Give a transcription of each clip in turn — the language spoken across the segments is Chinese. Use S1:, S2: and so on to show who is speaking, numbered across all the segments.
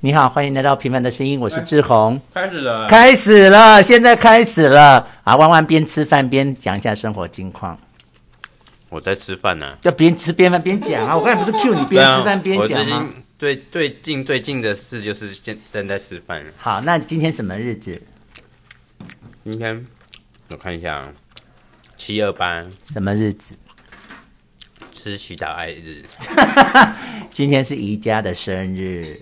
S1: 你好，欢迎来到《平凡的声
S2: 哎
S1: 音》，我是志宏。
S2: 开始了，
S1: 开始了，现在开始了啊！弯弯边吃饭边讲一下生活近况，
S2: 我在吃饭呢、
S1: 要边吃边饭边讲 啊！我刚才不是 cue 你
S2: 对
S1: 边
S2: 啊。
S1: 吃饭边
S2: 我
S1: 讲
S2: 最
S1: 吗？
S2: 近最最近最近的事就是现正在吃饭了。
S1: 好，那今天什么日子？
S2: 今天我看一下啊，七二八
S1: 什么日子？
S2: 吃祈祷爱日，
S1: 今天是宜家的生日，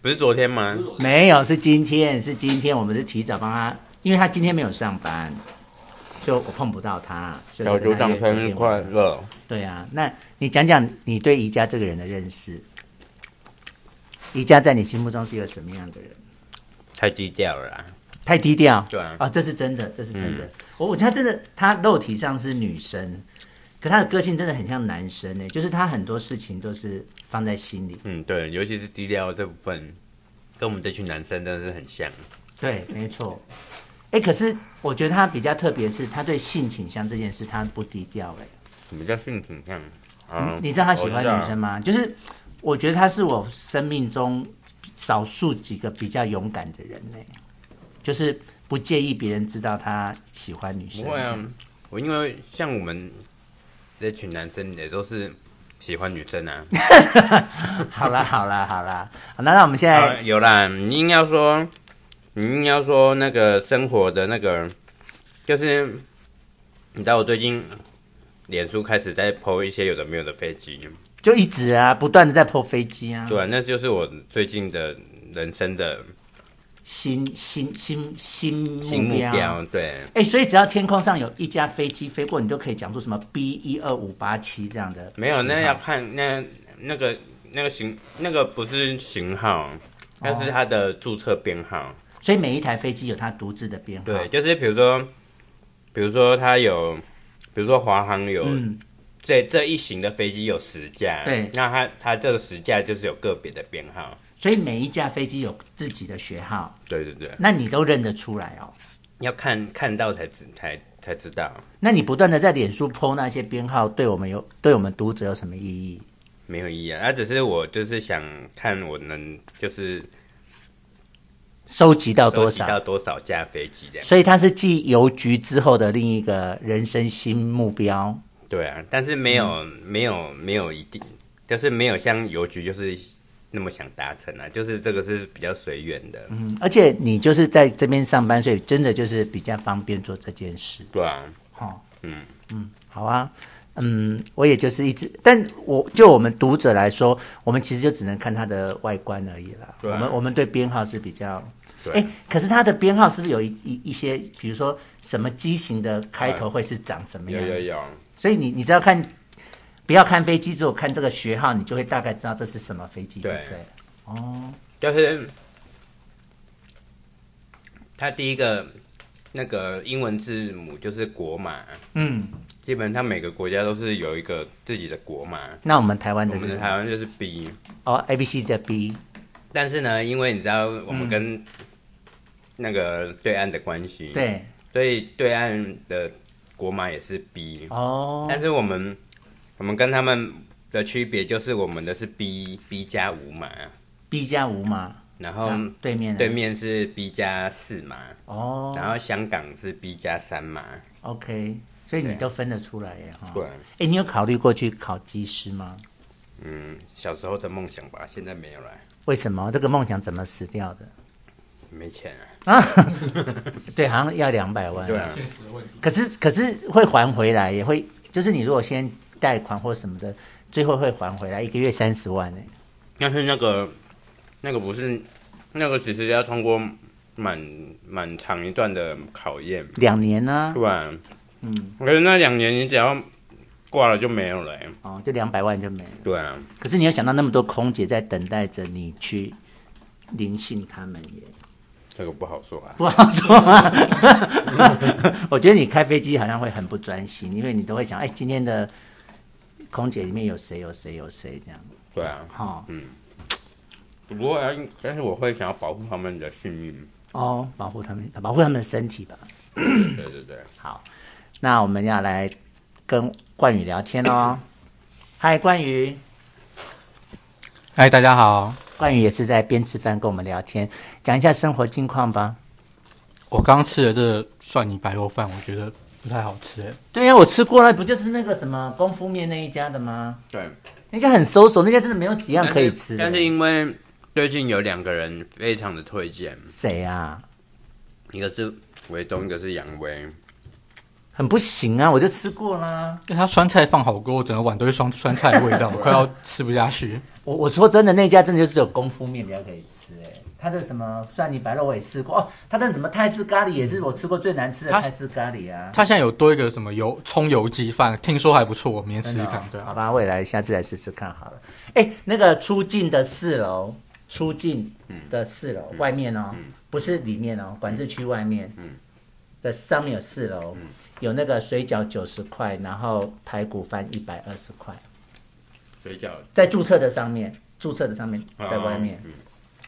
S2: 不是昨天吗？
S1: 没有，是今天，是今天，我们是提早帮他，因为他今天没有上班，所以我碰不到他。所以
S2: 小
S1: 就
S2: 组
S1: 跟他
S2: 长
S1: 约
S2: 生日快乐！
S1: 对啊，那你讲讲你对宜家这个人的认识？宜家在你心目中是一个什么样的人？
S2: 太低调了啊啦，
S1: 太低调，
S2: 对啊嗯
S1: 啊，这是真的，这是真的。哦我我觉得他真的，他肉体上是女生，可他的个性真的很像男生呢、就是他很多事情都是放在心里。
S2: 嗯，对，尤其是低调这部分，跟我们这群男生真的是很像。
S1: 对，没错。哎、可是我觉得他比较特别，是他对性倾向这件事，他不低调哎、
S2: 什么叫性倾向？
S1: 嗯
S2: 啊
S1: 你知道他喜
S2: 我
S1: 欢
S2: 知道
S1: 女生吗？就是我觉得他是我生命中少数几个比较勇敢的人呢、就是不介意别人知道他喜欢女生。
S2: 不会啊，我因为像我们这群男生也都是喜欢女生啊。
S1: 好啦，好啦，好啦，好那那我们现在
S2: 啊有啦，你硬要说，你硬要说那个生活的那个，就是你知道我最近脸书开始在 PO 一些有的没有的飞机，
S1: 就一直啊，不断的在破飞机啊，
S2: 对啊，那就是我最近的人生的
S1: 新新新新
S2: 新目
S1: 目标。
S2: 标，对，
S1: 哎、所以只要天空上有一架飞机飞过，你就可以讲出什么 B 一二五八七这样的。
S2: 没有那要看那那个那个型那个不是型号，那
S1: 哦
S2: 是它的注册编号。
S1: 所以每一台飞机有它独自的编号。
S2: 对，，就是比如说，比如说它有，比如说华航有、
S1: 嗯
S2: 这这一型的飞机有十架，
S1: 对
S2: 那它它这个十架就是有个别的编号，
S1: 所以每一架飞机有自己的学号，
S2: 对对对，
S1: 那你都认得出来哦。
S2: 要看看到才知才才知道，
S1: 那你不断的在脸书 PO 那些编号，对我们有对我们读者有什么意义？
S2: 没有意义啊，那、只是我就是想看我能就是
S1: 收集到多
S2: 收集
S1: 少？
S2: 到多少架飞机这样，
S1: 所以它是继邮局之后的另一个人生新目标。
S2: 对啊，但是没有、
S1: 嗯
S2: 没有没有一定，就是没有像邮局就是那么想达成啊，就是这个是比较随缘的，
S1: 嗯，而且你就是在这边上班，所以真的就是比较方便做这件事。
S2: 对啊，
S1: 哦，
S2: 嗯
S1: 嗯，好啊，嗯，我也就是一直，但我就我们读者来说，我们其实就只能看它的外观而已啦。
S2: 对啊
S1: 我们我们对编号是比较，
S2: 对
S1: 哎，可是它的编号是不是有一一一些，比如说什么机型的开头会是长什么
S2: 有
S1: 样？
S2: 有有。
S1: 所以你你只要看，不要看飞机，只有看这个学号，你就会大概知道这是什么飞机，对
S2: 对
S1: 不对？哦，
S2: 就是它第一个那个英文字母就是国码，
S1: 嗯，
S2: 基本上每个国家都是有一个自己的国码。
S1: 那我们台湾
S2: 我
S1: 的
S2: 们
S1: 是什
S2: 的台
S1: 么？
S2: 湾就是 B，
S1: 哦，A B C 的 B，
S2: 但是呢，因为你知道我们跟那个对岸的关系，，
S1: 对，
S2: 所以对岸的国码也是 B，、
S1: 哦，
S2: 但是我们我们跟他们的区别就是我们的是 B B 加五码，
S1: B 加五嘛，
S2: 然后
S1: 那啊对面呢
S2: 嗯对面是 B 加四码，
S1: 哦
S2: 然后香港是 B 加三嘛，
S1: ，OK，所以你都分得出来耶哈。
S2: 对，
S1: 哎，你有考虑过去考技师吗？
S2: 嗯，小时候的梦想吧，现在没有了，
S1: 为什么这个梦想怎么死掉的？
S2: 没钱了。
S1: 对，好像要两百万。
S2: 对啊，
S1: 可是可是会还回来，也会就是你如果先贷款或什么的，最后会还回来，一个月三十万呢。
S2: 但是那个那个不是那个，其实要通过蛮蛮长一段的考验，
S1: 两年啊呢、
S2: 对吧？嗯，可是那两年你只要挂了就没有了、欸，
S1: 哦，就两百万就没了。
S2: 对啊，
S1: 可是你有想到那么多空姐在等待着你去临幸他们耶，
S2: 这个不好说啊。
S1: 不好说啊。 我觉得你开飞机好像会很不专心，因为你都会想，哎，今天的空姐里面有谁有谁有谁这样。哦
S2: 对啊，
S1: 哈、
S2: 不过啊，但是我会想要保护他们的性命。
S1: 哦，哦，保护他们，保护他们的身体吧。
S2: 对对对，
S1: 好，那我们要来跟冠宇聊天喽。嗨，冠宇，
S3: 嗨，大家好，
S1: 冠宇也是在边吃饭跟我们聊天，讲一下生活近况吧。
S3: 我刚吃的这个蒜泥白肉饭，我觉得不太好吃哎。
S1: 对啊呀、我吃过了，不就是那个什么功夫面那一家的吗？
S2: 对，
S1: 那家很收手，那家真的没有几样
S2: 但是
S1: 可以吃的
S2: 但是因为最近有两个人非常的推荐，
S1: 谁啊？
S2: 一个是维东，一个是杨威。
S1: 很不行啊，我就吃过啦。
S3: 因为它酸菜放好锅，我整个碗都是酸酸菜的味道，我快要吃不下去。
S1: 我我说真的，那家真的就只有功夫面比较可以吃、欸，他的什么蒜泥白肉我也试过哦，他的什么泰式咖喱也是我吃过最难吃的
S3: 它
S1: 泰式咖喱啊。
S3: 它现在有多一个什么油葱油鸡饭，听说还不错，我明天试
S1: 真
S3: 试
S1: 的哦
S3: 看。对啊
S1: 好，吧，未来下次来试试看好了。哎，那个出境的四楼，出境的四
S3: 嗯
S1: 楼、外面哦，不是里面哦，管制区外面，的上面有四楼，
S3: 嗯
S1: 有那个水饺九十块，然后排骨饭一百二十块，
S2: 水饺
S1: 在注册的上面，注册的上面，在外
S3: 啊
S1: 面，
S2: 嗯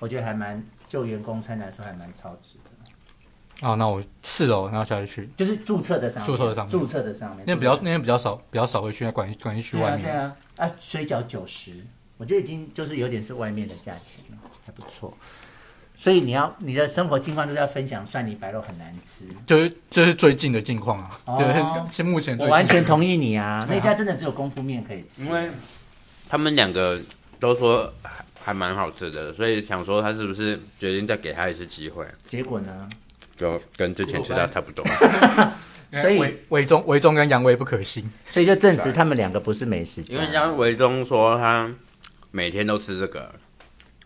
S1: 我觉得还蛮就员工餐来说还蛮超值的，
S3: 啊，那我四楼，然后下去去，
S1: 就是注册的上面，
S3: 注册的上面
S1: 注册的上面，
S3: 那边比较那边比较少比较少会去管管区
S1: 对
S3: 外
S1: 啊
S3: 面。
S1: 对啊，啊，水饺九十，我觉得已经就是有点是外面的价钱了，还不错。所以你要你的生活近况就是要分享蒜泥白肉很难吃，
S3: 就是这是最近的近况啊，
S1: 哦
S3: 就是现目前最
S1: 我
S3: 近
S1: 完全同意你啊，那家真的只有功夫面可以吃
S2: 因。为他们两个都说还还蛮好吃的，所以想说他是不是决定再给他一次机会，
S1: 结果呢？
S2: 就跟之前吃到差不 多。
S1: 所以
S3: 维维中维中跟杨威不可信，
S1: 所以就证实他们两个不是美食
S2: 因为
S1: 家，
S2: 像维中说他每天都吃这个，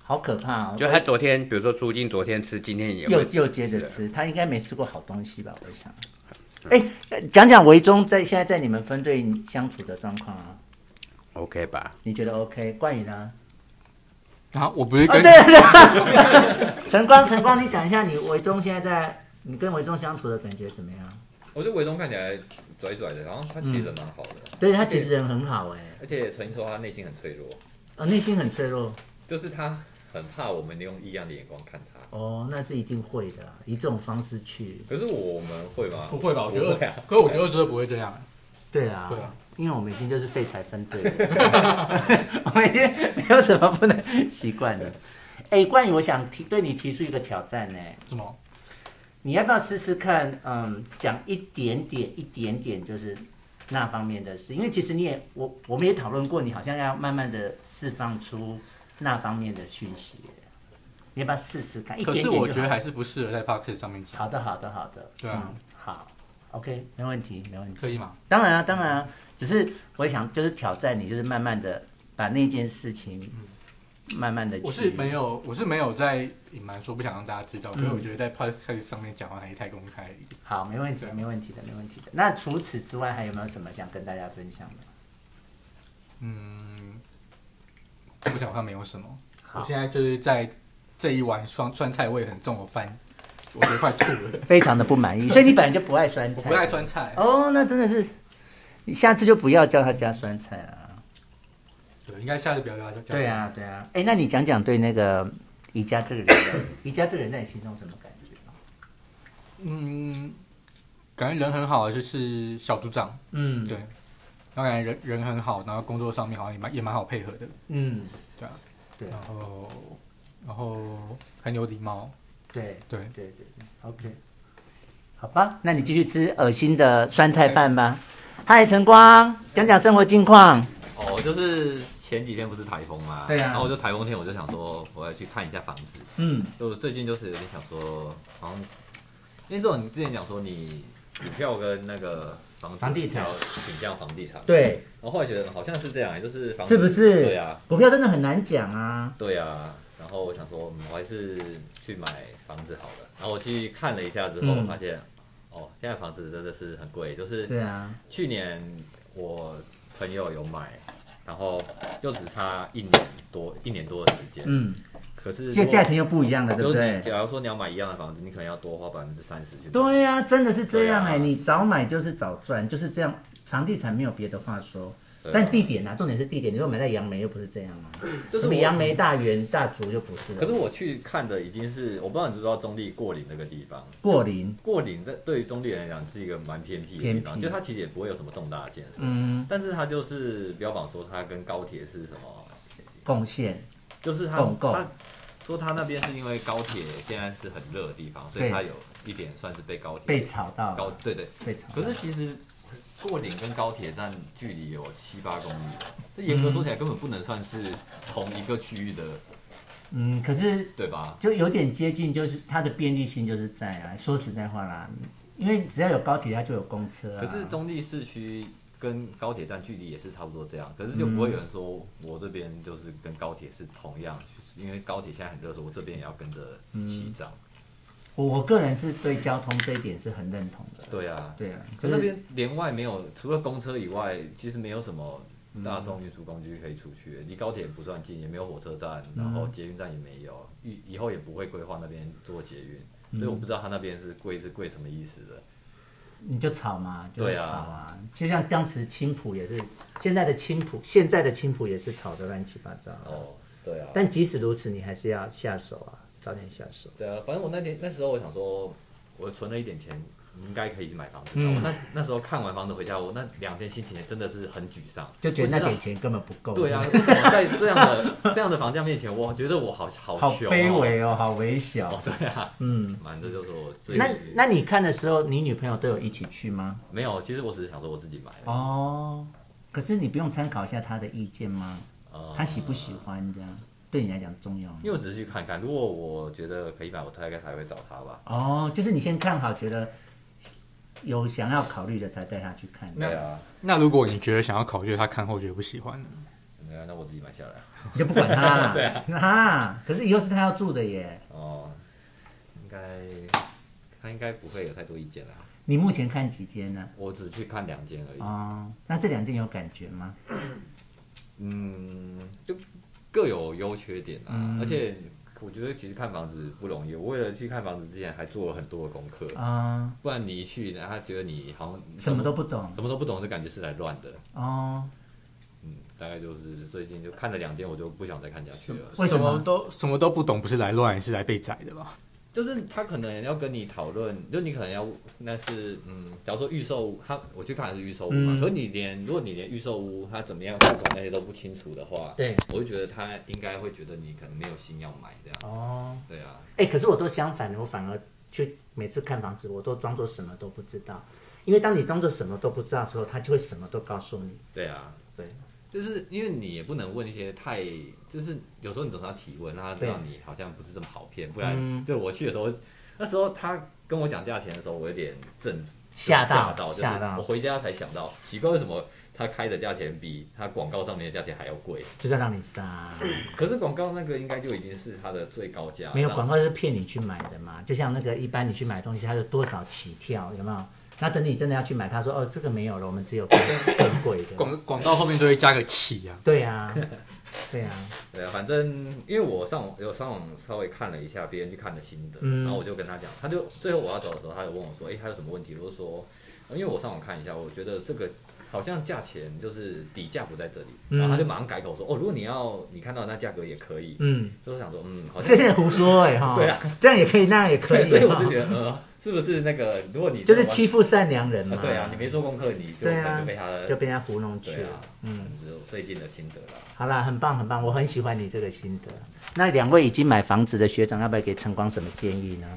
S1: 好可怕哦！
S2: 就他昨天比如说出镜，昨天吃，今天也
S1: 又
S2: 会
S1: 又接
S2: 啊
S1: 着吃，他应该没吃过好东西吧？我想。哎，呃讲讲维中在现在在你们分队相处的状况啊，
S2: OK 吧？
S1: 你觉得 OK？冠宇呢？
S3: 然后我不是
S1: 啊，对
S3: 跟
S1: 对对。晨光，晨光，你讲一下你维中现在在，你跟维中相处的感觉怎么样？
S4: 我觉得维东看起来拽拽的，然后他其实人蛮好的，
S1: 对他其实人很好哎、
S4: 而且曾经说他内心很脆弱，
S1: 哦，内心很脆弱
S4: 就是他很怕我们用异样的眼光看他。
S1: 哦，那是一定会的啊，以这种方式去，
S4: 可是我们会吗？
S3: 不会吧？我觉
S4: 不会
S3: 得
S4: 啊，
S3: 可是我觉得真的不会这样。
S1: 对啊，
S3: 对啊
S1: 因为我们已经就是废柴分队了， 我们已经没有什么不能习惯的。哎、关于我想提对你提出一个挑战呢、
S3: 什么？
S1: 你要不要试试看？嗯，讲一点点，一点点，就是那方面的事。因为其实你也，我我们也讨论过，你好像要慢慢的释放出那方面的讯息。你要不要试试看？一
S3: 可
S1: 点点就好
S3: 是我觉得还是不适合在 p o d c a s t 上面讲，
S1: 好的，好的，好的。
S3: 对啊
S1: 嗯，好，OK，没问题，没问题。
S3: 可以吗？
S1: 当然啊，当然啊，只是我也想就是挑战你，就是慢慢的把那件事情慢慢的。
S3: 嗯我是没有，我是没有在隐瞒说不想让大家知道，所以
S1: 嗯
S3: 我觉得在 p o d c a s t 上面讲话还是太公开。
S1: 好，没问题
S3: 啊
S1: 的，没问题的，没问题的。那除此之外，还有没有什么想跟大家分享的？
S3: 嗯，我想好像没有什么。
S1: 好。
S3: 我现在就是在这一碗酸酸菜味很重的饭，我觉得快吐了
S1: 非常的不满 意，所以你本来就不爱酸
S3: 我
S1: 菜。
S3: 不爱酸菜，
S1: 哦，那真的是，你下次就不要叫他加酸菜了。
S3: 对，应该下次不要聊。
S1: 对，啊，对啊。哎，那你讲讲对那个宜家这个人的，宜家这个人在你心中什么感觉？
S3: 嗯，感觉人很好，就是小组长，
S1: 嗯
S3: 对，然后感觉人人很好，然后工作上面好像也蛮也蛮好配合的，
S1: 嗯，
S3: 对啊，
S1: 对
S3: 然后然后很有礼貌，
S1: 对
S3: 对
S1: 对对对，OK。好吧，那你继续吃恶心的酸菜饭吧。嗨，晨光，讲讲生活近况。
S5: 哦，就是前几天不是台风嘛，
S1: 对啊
S5: 然后我就台风天，我就想说我要去看一下房子。
S1: 嗯，
S5: 就我最近就是有点想说，好像因为这种你之前讲说你
S4: 股票跟那个房子
S1: 房地产
S4: 比较倾向房地产，
S1: 对，
S4: 然后后来觉得好像是这
S5: 欸
S4: 样，就是房子
S1: 是不是？
S4: 对啊，
S1: 股票真的很难讲啊。
S4: 对啊。然后我想说，嗯我还是去买房子好了。然后我去看了一下之后，
S1: 嗯
S4: 发现哦，现在房子真的是很贵，就是
S1: 是啊，
S4: 去年我朋友有买，然后就只差一年多一年多的时间。
S1: 嗯，
S4: 可是
S1: 现在价钱又不一样了，对
S4: 就
S1: 不
S4: 是
S1: 对？
S4: 假如说你要买一样的房子，你可能要多花百分之三十去买。
S1: 对啊呀、真的是这样哎、
S4: 对啊
S1: 你早买就是早赚，就是这样。房地产没有别的话说，
S4: 对啊
S1: 但地点啊，重点是地点。你说买在杨梅又不是这样啊，什
S4: 就是
S1: 么
S4: 我
S1: 杨梅大园、大竹就不是
S4: 可是
S1: 了。
S4: 我去看的已经是，我不知道你知不知道中立过岭这个地方。
S1: 过林，
S4: 过岭在对于中立人来讲是一个蛮偏僻的地
S1: 偏
S4: 方，
S1: 僻
S4: 就它其实也不会有什么重大的建设，
S1: 嗯，
S4: 但是它就是标榜说它跟高铁是什么
S1: 贡献
S4: 就是他
S1: 共购
S4: 他说他那边是因为高铁现在是很热的地方，所以
S1: 对
S4: 他有一点算是被高铁
S1: 被炒到
S4: 高
S1: 了，
S4: 对对。
S1: 被炒到
S4: 可
S1: 了。
S4: 是其实过点跟高铁站距离有七八公里，这严格说起来根本不能算是同一个区域的，
S1: 嗯，可是
S4: 对吧？
S1: 就有点接近，就是它的便利性就是在啊。说实在话啦，因为只要有高铁，它就有公车啊。
S4: 可是中立市区跟高铁站距离也是差不多这样，可是就不会有人说我这边就是跟高铁是同样，因为高铁现在很热，所以我这边也要跟着
S1: 嗯
S4: 起涨。
S1: 我我个人是对交通这一点是很认同的。
S4: 对啊，
S1: 对啊，
S4: 可
S1: 就是
S4: 那
S1: 是
S4: 边连外没有，除了公车以外，其实没有什么
S1: 嗯
S4: 大众运输工具可以出去，离高铁也不算近，也没有火车站，然
S1: 嗯
S4: 后捷运站也没有，以以后也不会规划那边做捷
S1: 嗯
S4: 运，所以我不知道他那边是贵是贵什么意思的。
S1: 你就吵嘛，就
S4: 对
S1: 是
S4: 啊
S1: 吵啊。就像当时青浦也是，现在的青浦，现在的青浦也是吵得乱七八糟。
S4: 哦，对啊，
S1: 但即使如此，你还是要下手啊，早点下手。
S4: 对啊，反正我那天那时候我想说，我存了一点钱，应该可以买房子。
S1: 嗯
S4: 我那那时候看完房子回家，我那两天心情真的是很沮丧，
S1: 就觉得那
S4: 我知道
S1: 点钱根本不够。
S4: 对啊，，为什么在这样的这样的房价面前，我觉得我好好
S1: 好
S4: 穷、
S1: 卑。微哦，好微小。
S4: 哦，对啊，
S1: 嗯，
S4: 反正这就是我最
S1: 那那你看的时候，你女朋友都有一起去吗？
S4: 没有，其实我只是想说我自己买的。
S1: 哦，可是你不用参考一下她的意见吗？
S4: 呃
S1: 她喜不喜欢这样，对你来讲重要吗？
S4: 因为我只是去看看，如果我觉得可以买，我大概才会找他吧。
S1: 哦，就是你先看好，觉得有想要考虑的才带她去看。
S4: 对啊，
S3: 那如果你觉得想要考虑他看后觉得不喜欢呢？
S4: 没啊有，那我自己买下来。
S1: 你就不管他，对啊，可是以后是他要住的耶。
S4: 哦，应该他应该不会有太多意见啦。
S1: 你目前看几间呢？
S4: 我只去看两间而已。
S1: 哦，那这两间有感觉吗？
S4: 嗯，就各有优缺点啊。
S1: 嗯
S4: 而且我觉得其实看房子不容易，我为了去看房子之前还做了很多的功课，
S1: 啊、
S4: 不然你一去，然后他觉得你好像
S1: 什么都不懂
S4: 什么都不懂，就感觉是来乱的。
S1: 哦，
S4: 嗯，大概就是最近就看了两间，我就不想再看下去了。
S1: 为什么
S3: 都什么都不懂？不是来乱，也是来被宰的吧？
S4: 就是他可能要跟你讨论，就你可能要那是嗯，假如说预售屋，他我去看的是预售屋嘛，
S1: 嗯
S4: 可你连如果你连预售屋他怎么样付款那些都不清楚的话，
S1: 对，
S4: 我就觉得他应该会觉得你可能没有心要买这样。
S1: 哦，
S4: 对啊，
S1: 哎、可是我都相反的，我反而去每次看房子，我都装作什么都不知道，因为当你装作什么都不知道的时候，他就会什么都告诉你。
S4: 对啊，
S1: 对，
S4: 就是因为你也不能问一些太，就是有时候你总是要提问，让他知道你好像不是这么好骗，不然、
S1: 嗯
S4: 对我去的时候，那时候他跟我讲价钱的时候，我有点震
S1: 吓
S4: 到，
S1: 到，
S4: 就是哦
S1: 吓
S4: 我
S1: 到，
S4: 回家才想到，奇怪，为什么他开的价钱比他广告上面的价钱还要贵？
S1: 就是要让你杀。
S4: 可是广告那个应该就已经是他的最高价，
S1: 没有
S4: 那
S1: 广告就是骗你去买的嘛，就像那个一般你去买东西，它有多少起跳，有没有？那等你真的要去买，他说哦，这个没有了，我们只有更更贵的。
S3: 广广告后面都会加个起啊，
S1: 对啊，对啊，
S4: 对啊，反正因为我上网有上网稍微看了一下别人去看的心得，
S1: 嗯
S4: 然后我就跟他讲，他就最后我要走的时候，他有问我说，诶，还有什么问题？我就说，呃因为我上网看一下，我觉得这个好像价钱就是底价不在这里，
S1: 嗯
S4: 然后他就马上改口说，哦，如果你要你看到那价格也可 以，
S1: 嗯，
S4: 所以我想说，嗯，好
S1: 这
S4: 像
S1: 是胡说哎、哈。
S4: 对啊，
S1: 这样也可以，那样也可
S4: 对，
S1: 以，
S4: 所以我就
S1: 哈
S4: 觉得，呃，是不是那个如果你
S1: 就是欺负善良人嘛。
S4: 啊，对啊，你没做功课，你就
S1: 嗯
S4: 可
S1: 对啊
S4: 能就被他的
S1: 就被人家糊弄去
S4: 对
S1: 了。
S4: 啊，
S1: 嗯，
S4: 这是我最近的心得啦。
S1: 好啦，很棒很棒，我很喜欢你这个心得。那两位已经买房子的学长，要不要给晨光什么建议呢？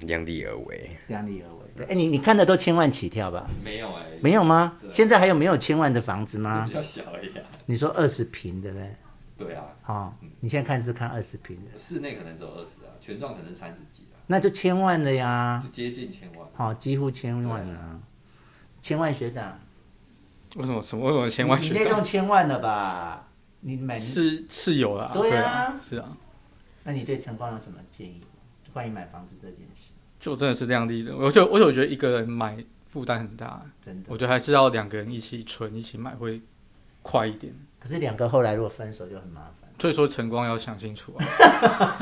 S2: 量力而为。
S1: 量力而为。对，哎，你你看的都千万起跳吧？
S4: 没有哎，
S1: 没有欸吗？
S4: 对
S1: 现在还有没有千万的房子吗
S4: 比？较小而已啊。
S1: 你说二十平对不对？
S4: 对啊，
S1: 哦，你现在看是看二十平的，
S4: 室内可能只有二十啊，全幢可能三十几啊，
S1: 那就千万了呀
S4: 就，接近千万。
S1: 好、几乎千万了、千万学长，
S3: 为什么什么为什么千万
S1: 你
S3: 学
S1: 你那
S3: 长
S1: 栋千万了吧？你买，
S3: 是是有啦？
S1: 对啊
S3: 对啊，是啊，
S1: 那你对晨光有什么建议？关于买房子这件事，
S3: 就真的是量力的。我就我就觉得一个人买负担很大，
S1: 真的
S3: 我。觉得还是要两个人一起存一起买会快一点。
S1: 可是两个后来如果分手就很麻烦。
S3: 所以说晨光要想清楚 啊。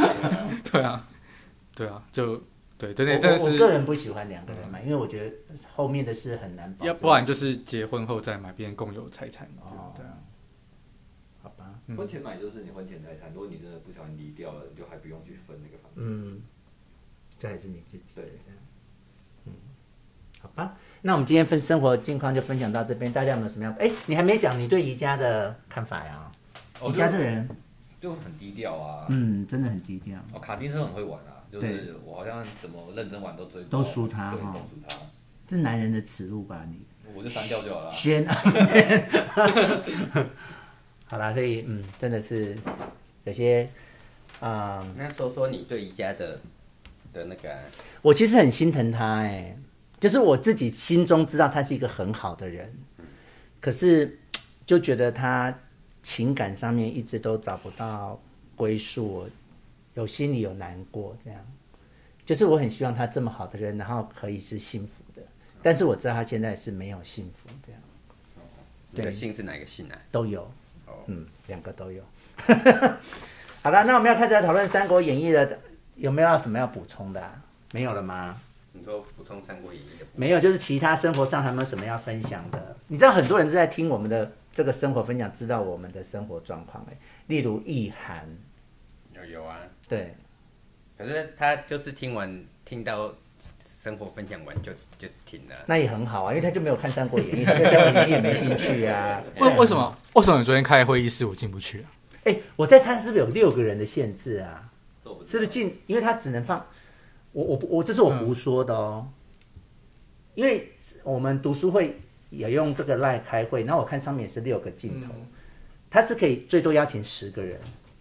S3: 对啊，对啊，就对，真的
S1: 我
S3: 真的
S1: 我我个
S3: 是，
S1: 人不喜欢两个人买，因为我觉得后面的事很难保证。
S3: 要不然就是结婚后再买，变成共有财产。
S1: 哦
S3: 对啊，
S1: 好吧。
S3: 嗯
S4: 婚前买就是你婚前财产，如果你真的不小心离掉了，你就还不用去分那个房子。
S1: 嗯，这还是你自己的
S4: 对
S1: 这样。嗯，好吧。那我们今天分生活近况就分享到这
S4: 哦
S1: 边，大家有没有什么样？哎，你还没讲你对宜家的看法呀？宜家这个人，
S4: 就很低调啊。
S1: 嗯，真的很低调。
S4: 哦，卡丁车很会玩啊，就
S1: 对
S4: 是我好像怎么认真玩都追不
S1: 都
S4: 到
S1: 输他
S4: 对，
S1: 哈
S4: 都输他，
S1: 这男人的耻辱吧，你
S4: 我就删掉就好了啊。
S1: 轩。 好啦，所以嗯，真的是有些，嗯，
S2: 那说说你对宜家的的那个啊、
S1: 我其实很心疼他哎、就是我自己心中知道他是一个很好的人，可是就觉得他情感上面一直都找不到归宿，我有心里有难过，这样，就是我很希望他这么好的人，然后可以是幸福的，但是我知道他现在是没有幸福这样。
S2: 你的
S1: 对
S2: 姓是哪个姓啊？
S1: 都有
S2: 哦，
S1: 嗯，两个都有。 好了，那我们要开始来讨论《三国演义》的，有没有要什么要补充的啊、没有了吗？
S2: 你说补充《三国演义》的部分
S1: 没有，就是其他生活上还有没有什么要分享的？你知道很多人是在听我们的这个生活分享，知道我们的生活状况、哎，例如意涵，
S2: 有有啊，
S1: 对，
S2: 可是他就是听完听到生活分享完就就停了。
S1: 那也很好啊，因为他就没有看《三国演义》，他对《三国演义》也没兴趣啊。
S3: 为为什么为什么你昨天开会议室我进不去啊？
S1: 哎、我在猜是不是有六个人的限制啊？
S4: 这我不知道
S1: 是不是进？因为他只能放我我不我这是我胡说的哦，因为我们读书会也用这个赖开会，然后我看上面也是六个镜头，
S6: 嗯
S1: 他是可以最多邀请十个人，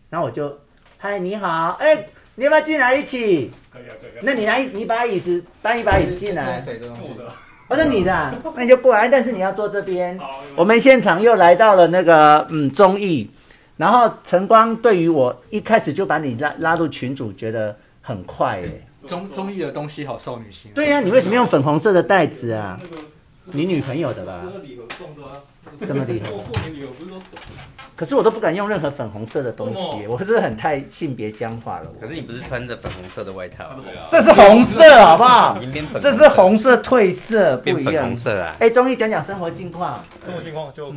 S1: 然后我就嗨你好，哎、你要不要进来一起？
S6: 可以啊，可以啊。
S1: 那你来你把椅子搬一把椅子进来，
S3: 谁的东西？
S1: 我说你的哦啊，那你就过来，但是你要坐这边。
S6: 好，
S1: 我们现场又来到了那个嗯综艺，然后晨光对于我一开始就把你拉拉入群组，觉得很快耶、
S3: 综综艺的东西好少女心、啊
S1: 对呀、你为什么用粉红色的袋子啊？
S6: 那个
S1: 你女朋友的吧？
S6: 这个礼盒送的啊，
S1: 这么厉害
S6: 过过年礼盒不是都送？
S1: 可是我都不敢用任何粉红色的东
S6: 为
S1: 西，我是不是很太性别僵化了。
S2: 可是你不是穿着粉红色的外套啊？
S1: 这是红色好不好
S2: 已？经变粉，
S1: 这是红色褪色，不
S2: 变
S1: 一
S2: 粉
S1: 样
S2: 红。色啊！
S1: 哎，综艺讲讲生活近况
S6: 生活情况就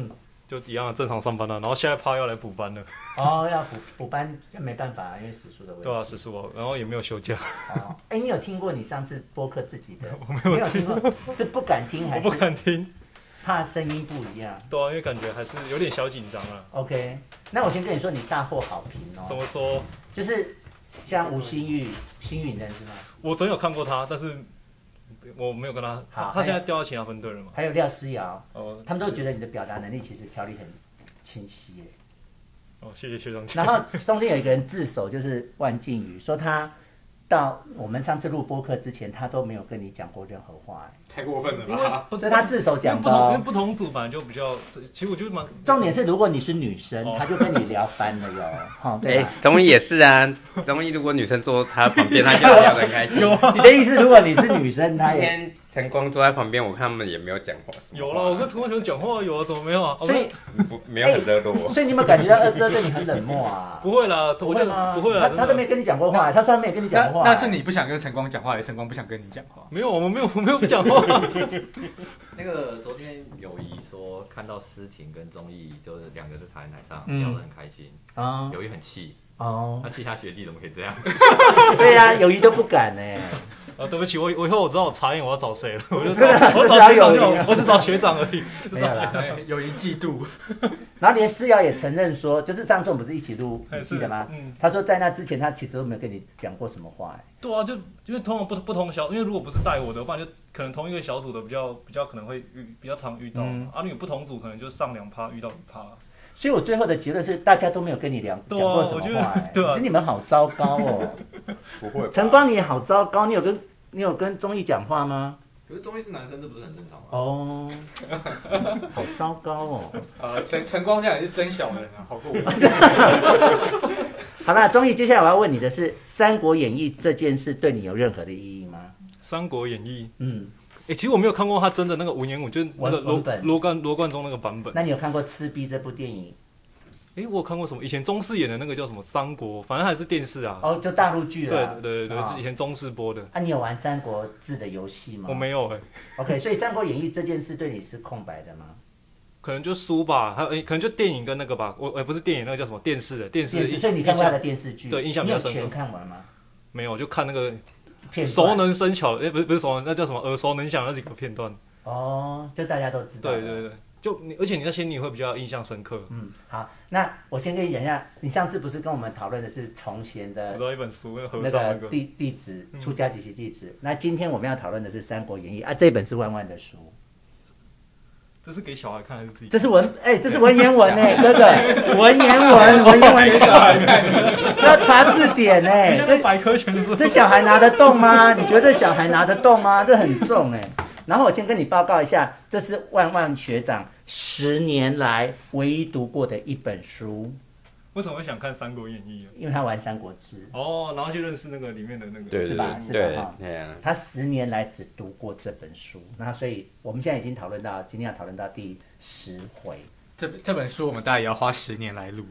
S6: 就一样，正常上班了。然后现在怕要来补班了，
S1: 哦，要补补班，没办法，因为时速的问题。
S6: 对啊，十四号，然后也没有休假，
S1: 哦，哎，你有听过你上次播客自己的？我没有听过，是不敢听还
S6: 我不
S1: 是
S6: 敢听。
S1: 怕声音不一样
S6: 对啊，因为感觉还是有点小紧张啊。
S1: ？OK，那我先跟你说，你大获好评
S6: 怎
S1: 哦
S6: 么，说？
S1: 就是像吴新玉，新玉你认识吗？
S6: 我真有看过他，但是我没有跟他。
S1: 好
S6: 他他现在调到其他分队了嘛？
S1: 还有廖思瑶，
S6: 哦，
S1: 他们都觉
S6: 得。
S1: 得你的表达能力其实条理很清晰耶。
S6: 哦，谢谢学长姐。
S1: 然后中间有一个人自首，就是万靖宇，说他到我们上次录播客之前，他都没有跟你讲过任何话耶，
S3: 太过分了
S6: 因为
S3: 吧？
S6: 不
S1: 这是他自首
S6: 因为
S1: 讲
S6: 不
S1: 的
S6: 同，因为
S1: 哦。
S6: 哦不同组本来就比较，其实我觉得蛮
S1: 重点是，如果你是女生
S6: 哦，
S1: 他就跟你聊翻了哟。好，对
S2: 哎
S1: 吧？，
S2: 综艺也是啊，综艺如果女生坐他旁边，他就聊得很开 心。
S1: 你的意思，如果你是女生，她
S2: 今
S1: 也，
S2: 天晨光坐在旁边，我看他们也没有讲话。什么
S6: 有
S2: 话
S6: 了。我跟陈光雄讲话有啊，怎么没有啊？
S1: 所以
S2: 不没有很热络。
S1: 所以你有没有感觉到二哥对你很冷漠啊？
S6: 不会啦，不
S1: 不会吗？
S6: 不会啦，
S1: 他
S6: 真
S1: 他
S6: 的
S1: 都没跟你讲过话，他说他没有跟你
S3: 那
S1: 讲过话，
S3: 那是你不想跟晨光讲话，还是晨光不想跟你讲话？
S6: 没有，我们没有， 我没有不讲话。
S4: 那个昨天友谊说看到诗婷跟钟意，就是两个在茶颜台上
S3: 嗯
S4: 聊得很开心，
S1: 啊
S4: 友谊很气，
S1: 哦
S4: 那，气他学弟怎么可以这样？
S1: 对呀，友谊都不敢 呢。
S6: 啊，对不起，我我以后我知道我查验我要找 谁了，我就找我找
S1: 至少
S6: 学
S1: 有
S6: 长就
S1: 一个
S6: 好，我只找学长而已。
S1: 没有啦。
S3: 有一嫉妒，
S1: 然后连思瑶也承认说，就是上次我们不是一起录，
S6: 哎
S1: 你
S6: 是
S1: 记得吗
S6: 嗯？
S1: 他说在那之前他其实都没有跟你讲过什么话，哎
S6: 对啊，就因为通常不不同小，因为如果不是带我的，不然就可能同一个小组的比较比较可能会遇比较常遇到。
S3: 嗯
S6: 啊，你有不同组可能就上两趴遇到一趴。
S1: 所以我最后的结论是，大家都没有跟你聊
S6: 对
S1: 讲
S6: 啊
S1: 过什
S6: 我觉
S1: 么
S6: 得
S1: 话，哎
S6: 对啊
S1: 我觉得你们好糟糕哦。
S2: 不会吧
S1: 晨光你也好糟糕，你有跟你有跟综艺讲话吗？
S4: 可是钟意是男生，这不是很正常吗？
S1: 哦，好糟糕哦。
S3: 呃，晨晨光这样也是真小人啊，好过我。
S1: 好啦，综艺，接下来我要问你的是，《三国演义》这件事对你有任何的意义吗？
S6: 《三国演义
S1: 嗯，》
S6: 诶，其实我没有看过他真的那个文言文，就是那个
S1: 文
S6: 罗
S1: 文本
S6: 罗贯罗贯中那个版本。
S1: 那你有看过《赤壁》这部电影？
S6: 诶，我有看过什么？以前中视演的那个叫什么《三国》，反正还是电视啊。
S1: 哦，就大陆剧
S6: 对
S1: 啦。
S6: 对对对，
S1: 啊
S6: 是以前中视播的。
S1: 啊，你有玩《三国志》的游戏吗？
S6: 我没有诶，
S1: OK，所以《三国演义》这件事对你是空白的吗？
S6: 可能就书吧，还有诶，可能就电影跟那个吧。我诶，不是电影，那个叫什么电视的电视
S1: 电
S6: 的
S1: 视，
S6: 印。
S1: 所以你看过他的电视剧，
S6: 对印象
S1: 你
S6: 比
S1: 有
S6: 较深刻
S1: 全看完吗？
S6: 没有，就看那个
S1: 片段
S6: 熟能生巧，哎、不是不是熟能，那叫什么耳熟能详那几个片段。
S1: 哦，就大家都知道。
S6: 对对对，就你，而且你那些你会比较印象深刻。
S1: 嗯，好，那我先跟你讲一下，你上次不是跟我们讨论的是从前
S6: 我
S1: 的
S6: 知道一本书，那个和
S1: 那
S6: 尚那
S1: 个
S6: 个，
S1: 地地址，出家及其地址。那今天我们要讨论的是《三国演义》啊，这本是万万的书，
S6: 这是给小孩看还是自己看？
S1: 这是文哎、这是文言文哎、哥哥，文言文，文言文，要查字典哎、
S6: 你现在
S1: 这
S6: 百科全书，
S1: 这小孩拿得动吗？你觉得小孩拿得动吗？这很重哎、然后我先跟你报告一下，这是万万学长十年来唯一读过的一本书，
S6: 为什么会想看《三国演义》啊？
S1: 因为他玩《三国志》。
S6: 哦，然后去认识那个里面的那个，
S2: 对
S1: 是
S2: 对
S1: 吧
S2: 对
S1: 是吧
S2: 对
S1: 哈
S2: 对啊，
S1: 他十年来只读过这本书，那所以我们现在已经讨论到今天要讨论到第十回，
S3: 这本这本书我们大概也要花十年来录。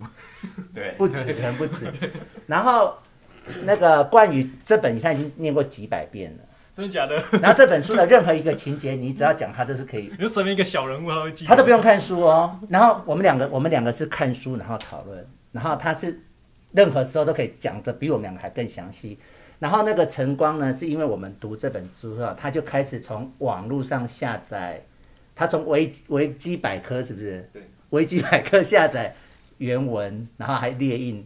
S2: 对
S1: 不止，可能不止。然后那个关于这本，你看已经念过几百遍了。
S6: 真的假的？
S1: 然后这本书的任何一个情节，你只要讲，他都是可以，
S6: 你就身边一个小人物，他会记得，
S1: 他都不用看书哦。然后我们两个，我们两个是看书然后讨论，然后他是任何时候都可以讲的比我们两个还更详细。然后那个晨光呢，是因为我们读这本书啊，他就开始从网络上下载，他从维维基百科是不是？
S4: 对，
S1: 维基百科下载原文，然后还列印，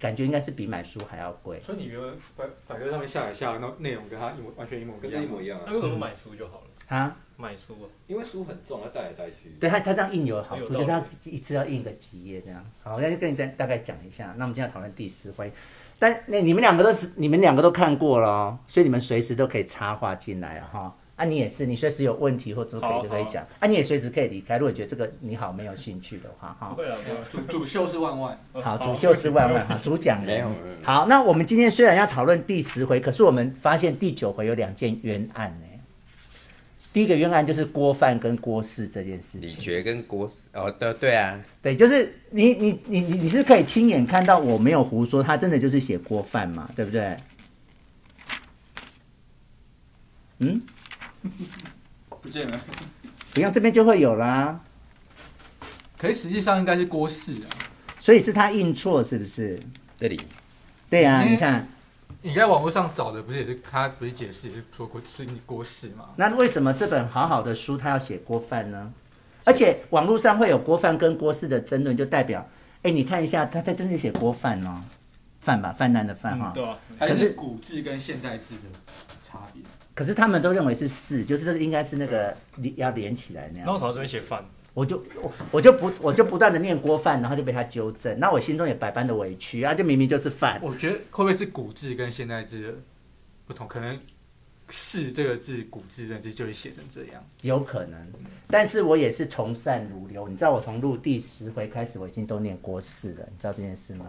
S1: 感觉应该是比买书还要贵。
S3: 所以你原文百百科上面下一下，那内容跟它一模完全一模
S4: 跟这一模一样
S6: 那
S4: 啊，
S6: 为什么不买书就好了？
S1: 啊，
S6: 买书啊，
S4: 因为书很重，要带来带去。
S1: 对他他这样印有好处，
S6: 有
S1: 就
S6: 道理
S1: 是他一次要印个几页这样。好，那就跟你大大概讲一下。那我们今天要讨论第十回，但那你们两个都是你们两个都看过了哦，所以你们随时都可以插话进来哈、啊，你也是，你随时有问题或者都可
S6: 好
S1: 以都可以讲。啊，你也随时可以离开，如果你觉得这个你好没有兴趣的话哈
S6: 不。会了，不会啦
S3: 主主秀是万万，
S6: 哦。
S1: 好，主秀是万万哈，主讲人
S2: 没有没有
S1: 好，那我们今天虽然要讨论第十回，可是我们发现第九回有两件冤案呢、第一个冤案就是郭范跟郭氏这件事
S2: 李
S1: 情。
S2: 觉跟郭汜哦，对对啊，
S1: 对，就是你你你你你是可以亲眼看到我没有胡说，他真的就是写锅饭嘛，对不对？嗯，
S3: 不见了。
S1: 不用这边就会有啦，
S3: 可是实际上应该是郭氏啊，
S1: 所以是他印错是不是？
S2: 这里
S1: 对啊，
S3: 嗯
S1: 你看，
S3: 你在网络上找的不是也是他不是解释也是说郭是郭氏吗？
S1: 那为什么这本好好的书他要写锅饭呢？而且网络上会有锅饭跟锅氏的争论，就代表，哎，你看一下，他他真是写锅饭哦，饭吧，泛滥的饭哈、
S6: 嗯，对啊，
S3: 还
S1: 可是
S3: 是古制跟现代制的差别？
S1: 可是他们都认为是四，就是这应该是那个连要连起来那样
S6: 然。后我朝这边写饭，
S1: 我就我我就不我就不断的念锅饭，然后就被他纠正，那我心中也百般的委屈啊，这明明就是饭，
S3: 我觉得会不会是古制跟现代制的不同？可能是这个字古制认字就会写成这样。
S1: 有可能。但是我也是从善如流，你知道我从录第十回开始，我已经都念郭氏了，你知道这件事吗？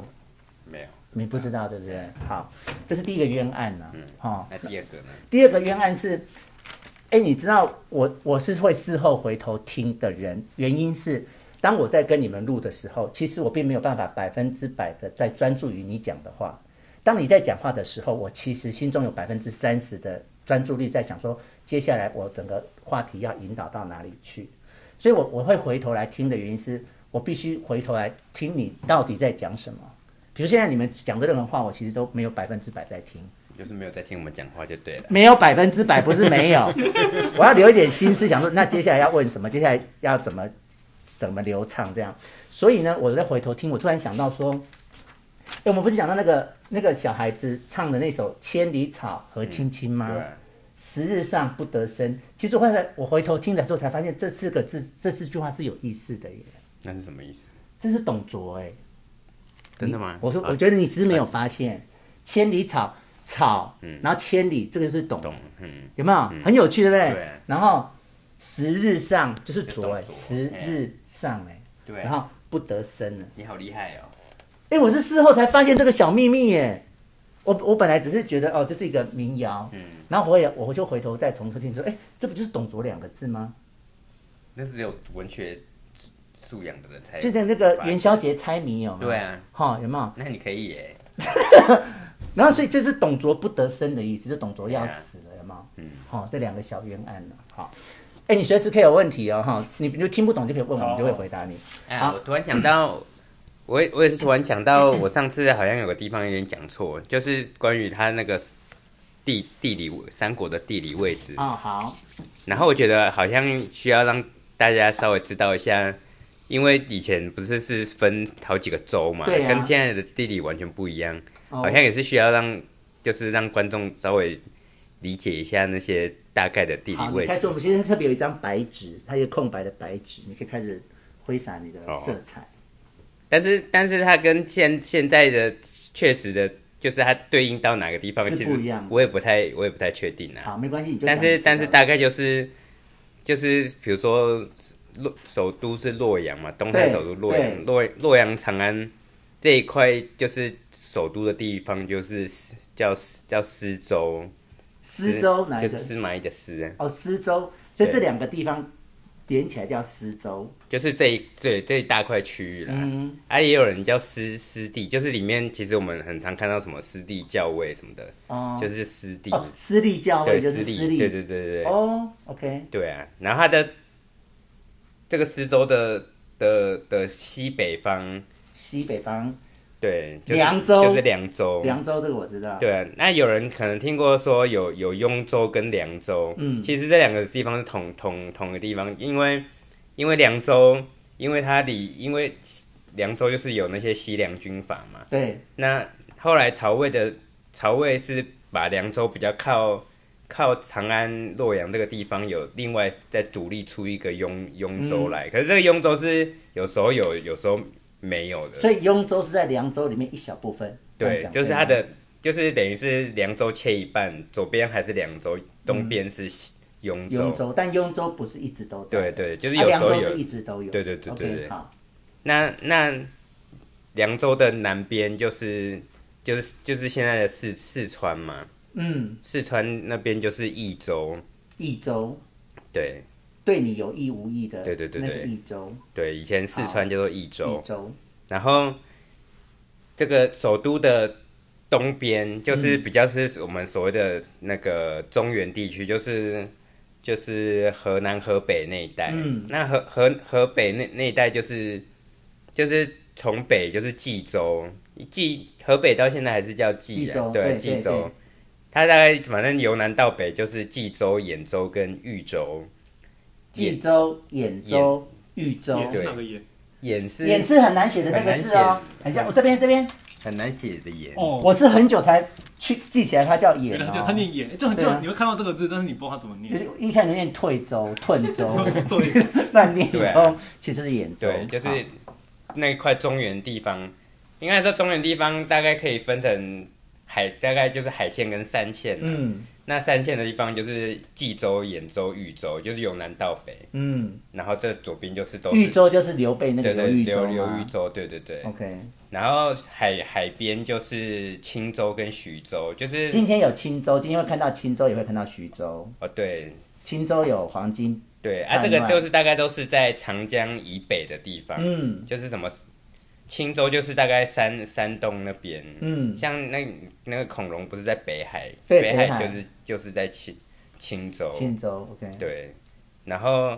S2: 没有。
S1: 你不知道对不对？好，这是第一个冤案呐、啊，
S2: 嗯
S1: 哦，
S2: 那第二个呢？
S1: 第二个冤案是，哎，你知道我我是会事后回头听的人，原因是当我在跟你们录的时候，其实我并没有办法百分之百的在专注于你讲的话。当你在讲话的时候，我其实心中有百分之三十的专注力在想说，接下来我整个话题要引导到哪里去。所以我我会回头来听的原因是我必须回头来听你到底在讲什么。比如现在你们讲的任何话，我其实都没有百分之百在听。
S2: 就是没有在听我们讲话就对了。
S1: 没有百分之百，不是没 有，我要留一点心思，想说那接下来要问什么，接下来要怎么怎么流畅这样。所以呢，我再回头听，我突然想到说，哎，我们不是讲到那个那个小孩子唱的那首《千里草和青青》吗？
S2: 对啊，
S1: 时日上不得生。其实我后来我回头听的时候，才发现这四个字这四句话是有意思的耶，
S2: 那是什么意思？
S1: 这是董卓哎。
S2: 真的吗？
S1: 我说，
S2: 啊
S1: 我觉得你只是没有发现，千里草草
S2: 嗯，
S1: 然后千里这个是董
S2: 懂，嗯，
S1: 有没有、很有趣，对不对？
S2: 对
S1: 然后十日上就是昨哎，
S2: 就动作
S1: 十日上哎，
S2: 对
S1: 然后不得生了。
S2: 你好厉害哦。
S1: 哎，我是事后才发现这个小秘密耶。我我本来只是觉得哦，这是一个民谣，
S2: 嗯，
S1: 然后我也我就回头再从头听说，哎，这不就是董卓两个字吗？
S2: 那是只有文学素养的人才。
S1: 就在那个元宵。节猜谜有没有？
S2: 对啊，
S1: 哈、有没有？
S2: 那你可以耶。
S1: 然后所以这是董卓不得生的意思，就董卓要
S2: 对啊
S1: 死了，有没有？
S2: 嗯，
S1: 好、这两个小冤案了，好、哎，你随时可以有问题哦，哈、你你就听不懂就可以问我，我们就会回答你。
S2: 啊，
S1: 好
S2: 我突然想 到，我也我也是突然想到，我上次好像有个地方有点讲错，就是关于他那个地
S1: 啊
S2: 地理三国的地理位置。
S1: 哦，好，
S2: 然后我觉得好像需要让大家稍微知道一下，因为以前不是是分好几个州嘛，
S1: 对啊哦
S2: 跟现在的地理完全不一样，
S1: 好
S2: 好像也是需要让就是让观众稍微理解一下那些大概的地理
S1: 好，你
S2: 位
S1: 开
S2: 置
S1: 始，我们现在特别有一张白纸，它有空白的白纸，你可以开始挥洒你的色
S2: 哦
S1: 彩。
S2: 但是但是它跟现现在的确实的，就是它对应到哪个地方，
S1: 是
S2: 其实
S1: 不一样的
S2: 我也不太我也不太确定啊。
S1: 好，没关系，你就讲
S2: 但
S1: 你知
S2: 是
S1: 道
S2: 但是
S1: 的
S2: 大概就是就是比如说洛首都是洛阳嘛，东汉
S1: 对
S2: 首都洛
S1: 对
S2: 阳，洛洛阳长安这一块就是首都的地方，就是叫叫施州，
S1: 施州哪一
S2: 就
S1: 个
S2: 是？司马懿的司啊，
S1: 哦，施州，所以
S2: 对
S1: 这两个地方连起来叫施州。
S2: 就是这一这这一大块区域啦。
S1: 嗯，
S2: 啊，也有人叫师师弟，就是里面其实我们很常看到什么师弟教位什么的，
S1: 哦，
S2: 就是师弟，
S1: 哦，私立教
S2: 对
S1: 会就
S2: 师
S1: 是
S2: 弟
S1: 私，立。
S2: 对对对对对，
S1: 哦，OK，
S2: 对啊。然后它的这个施州的的的西北方，
S1: 西北方
S2: 对，就是、
S1: 凉州
S2: 就是凉州，
S1: 凉州这个我知道。
S2: 哦对啊。那有人可能听过说有有雍州跟凉州，
S1: 嗯
S2: 其实这两个地方是同同同个地方，因为因为凉州，因为它里因为凉州就是有那些西凉军阀嘛。
S1: 对
S2: 那后来曹魏的曹魏是把凉州比较靠靠长安、洛阳这个地方有另外再独立出一个雍雍州
S1: 嗯
S2: 来，可是这个雍州是有时候有，有时候没有的。
S1: 所以雍州是在凉州里面一小部分。这
S2: 对，
S1: 样讲啊
S2: 就是
S1: 吗
S2: 它的就是等于是凉州切一半，左边还是凉州，东边是西雍州。
S1: 雍州，但雍州不是一直都在。
S2: 对对，就是
S1: 啊，
S2: 有时
S1: 凉
S2: 候
S1: 州
S2: 有。
S1: 是一直都有。
S2: 对对对对
S1: OK，
S2: 对
S1: 好，
S2: 那那凉州的南边就是就是就是现在的四四川嘛。
S1: 嗯，
S2: 四川那边就是益州，
S1: 益州
S2: 对
S1: 对你有意无意的，
S2: 对对对
S1: 那
S2: 对
S1: 个益州，
S2: 对，以前四川叫做益州
S1: 益，州，
S2: 然后这个首都的东边就是比较是我们所谓的那个中原地区，就是就是河南河北那一带，
S1: 嗯
S2: 那河河河北那那一带就是就是从北就是冀州，冀河北到现在还是叫冀
S1: 冀
S2: 啊，
S1: 州对
S2: 冀
S1: 对
S2: 州
S1: 对。
S2: 它大概反正由南到北就是冀州、兖州跟豫州，
S1: 冀州、兖州、豫州。
S6: 眼是
S2: 对
S6: 哪个眼？
S2: 兖是
S1: 兖是很难写的那个字哦，很像我这边这边，
S2: 很难写的言，
S6: 哦，
S1: 我是很久才去记起来它叫
S6: 原
S1: 兖
S6: 来他就他
S1: 哦，
S6: 念眼，就很
S1: 对啊
S6: 就你会看到这个字，但是你不知道他怎么
S1: 就
S6: 念。
S1: 是一看就念退州、退州、
S6: 对，
S1: 乱念一
S2: 对
S1: 通，其实是兖州
S2: 对，，就是
S1: 好
S2: 那一块中原地方，应该说中原地方大概可以分成海，大概就是海线跟山线、嗯，
S1: 嗯
S2: 那山线的地方就是冀州、兖州、豫州，就是由南到北，
S1: 嗯，
S2: 然后这左边就是都是
S1: 豫州就是刘备那个
S2: 对
S1: 刘
S2: 对
S1: 豫
S2: 流
S1: 州哦
S2: 流豫
S1: 嘛
S2: 州，对对对。
S1: ，OK，
S2: 然后海海边就是青州跟徐州，就是
S1: 今天有青州，今天会看到青州，也会看到徐州，
S2: 哦对
S1: 青州有黄金，
S2: 对啊，
S1: 叛
S2: 这个
S1: 乱
S2: 就是大概都是在长江以北的地方，
S1: 嗯
S2: 就是什么青州，就是大概山山东那边，
S1: 嗯，
S2: 像那那个恐龙不是在北海，
S1: 对
S2: 北
S1: 北海
S2: 就是就是在青青州，
S1: 青州，OK，
S2: 对，然后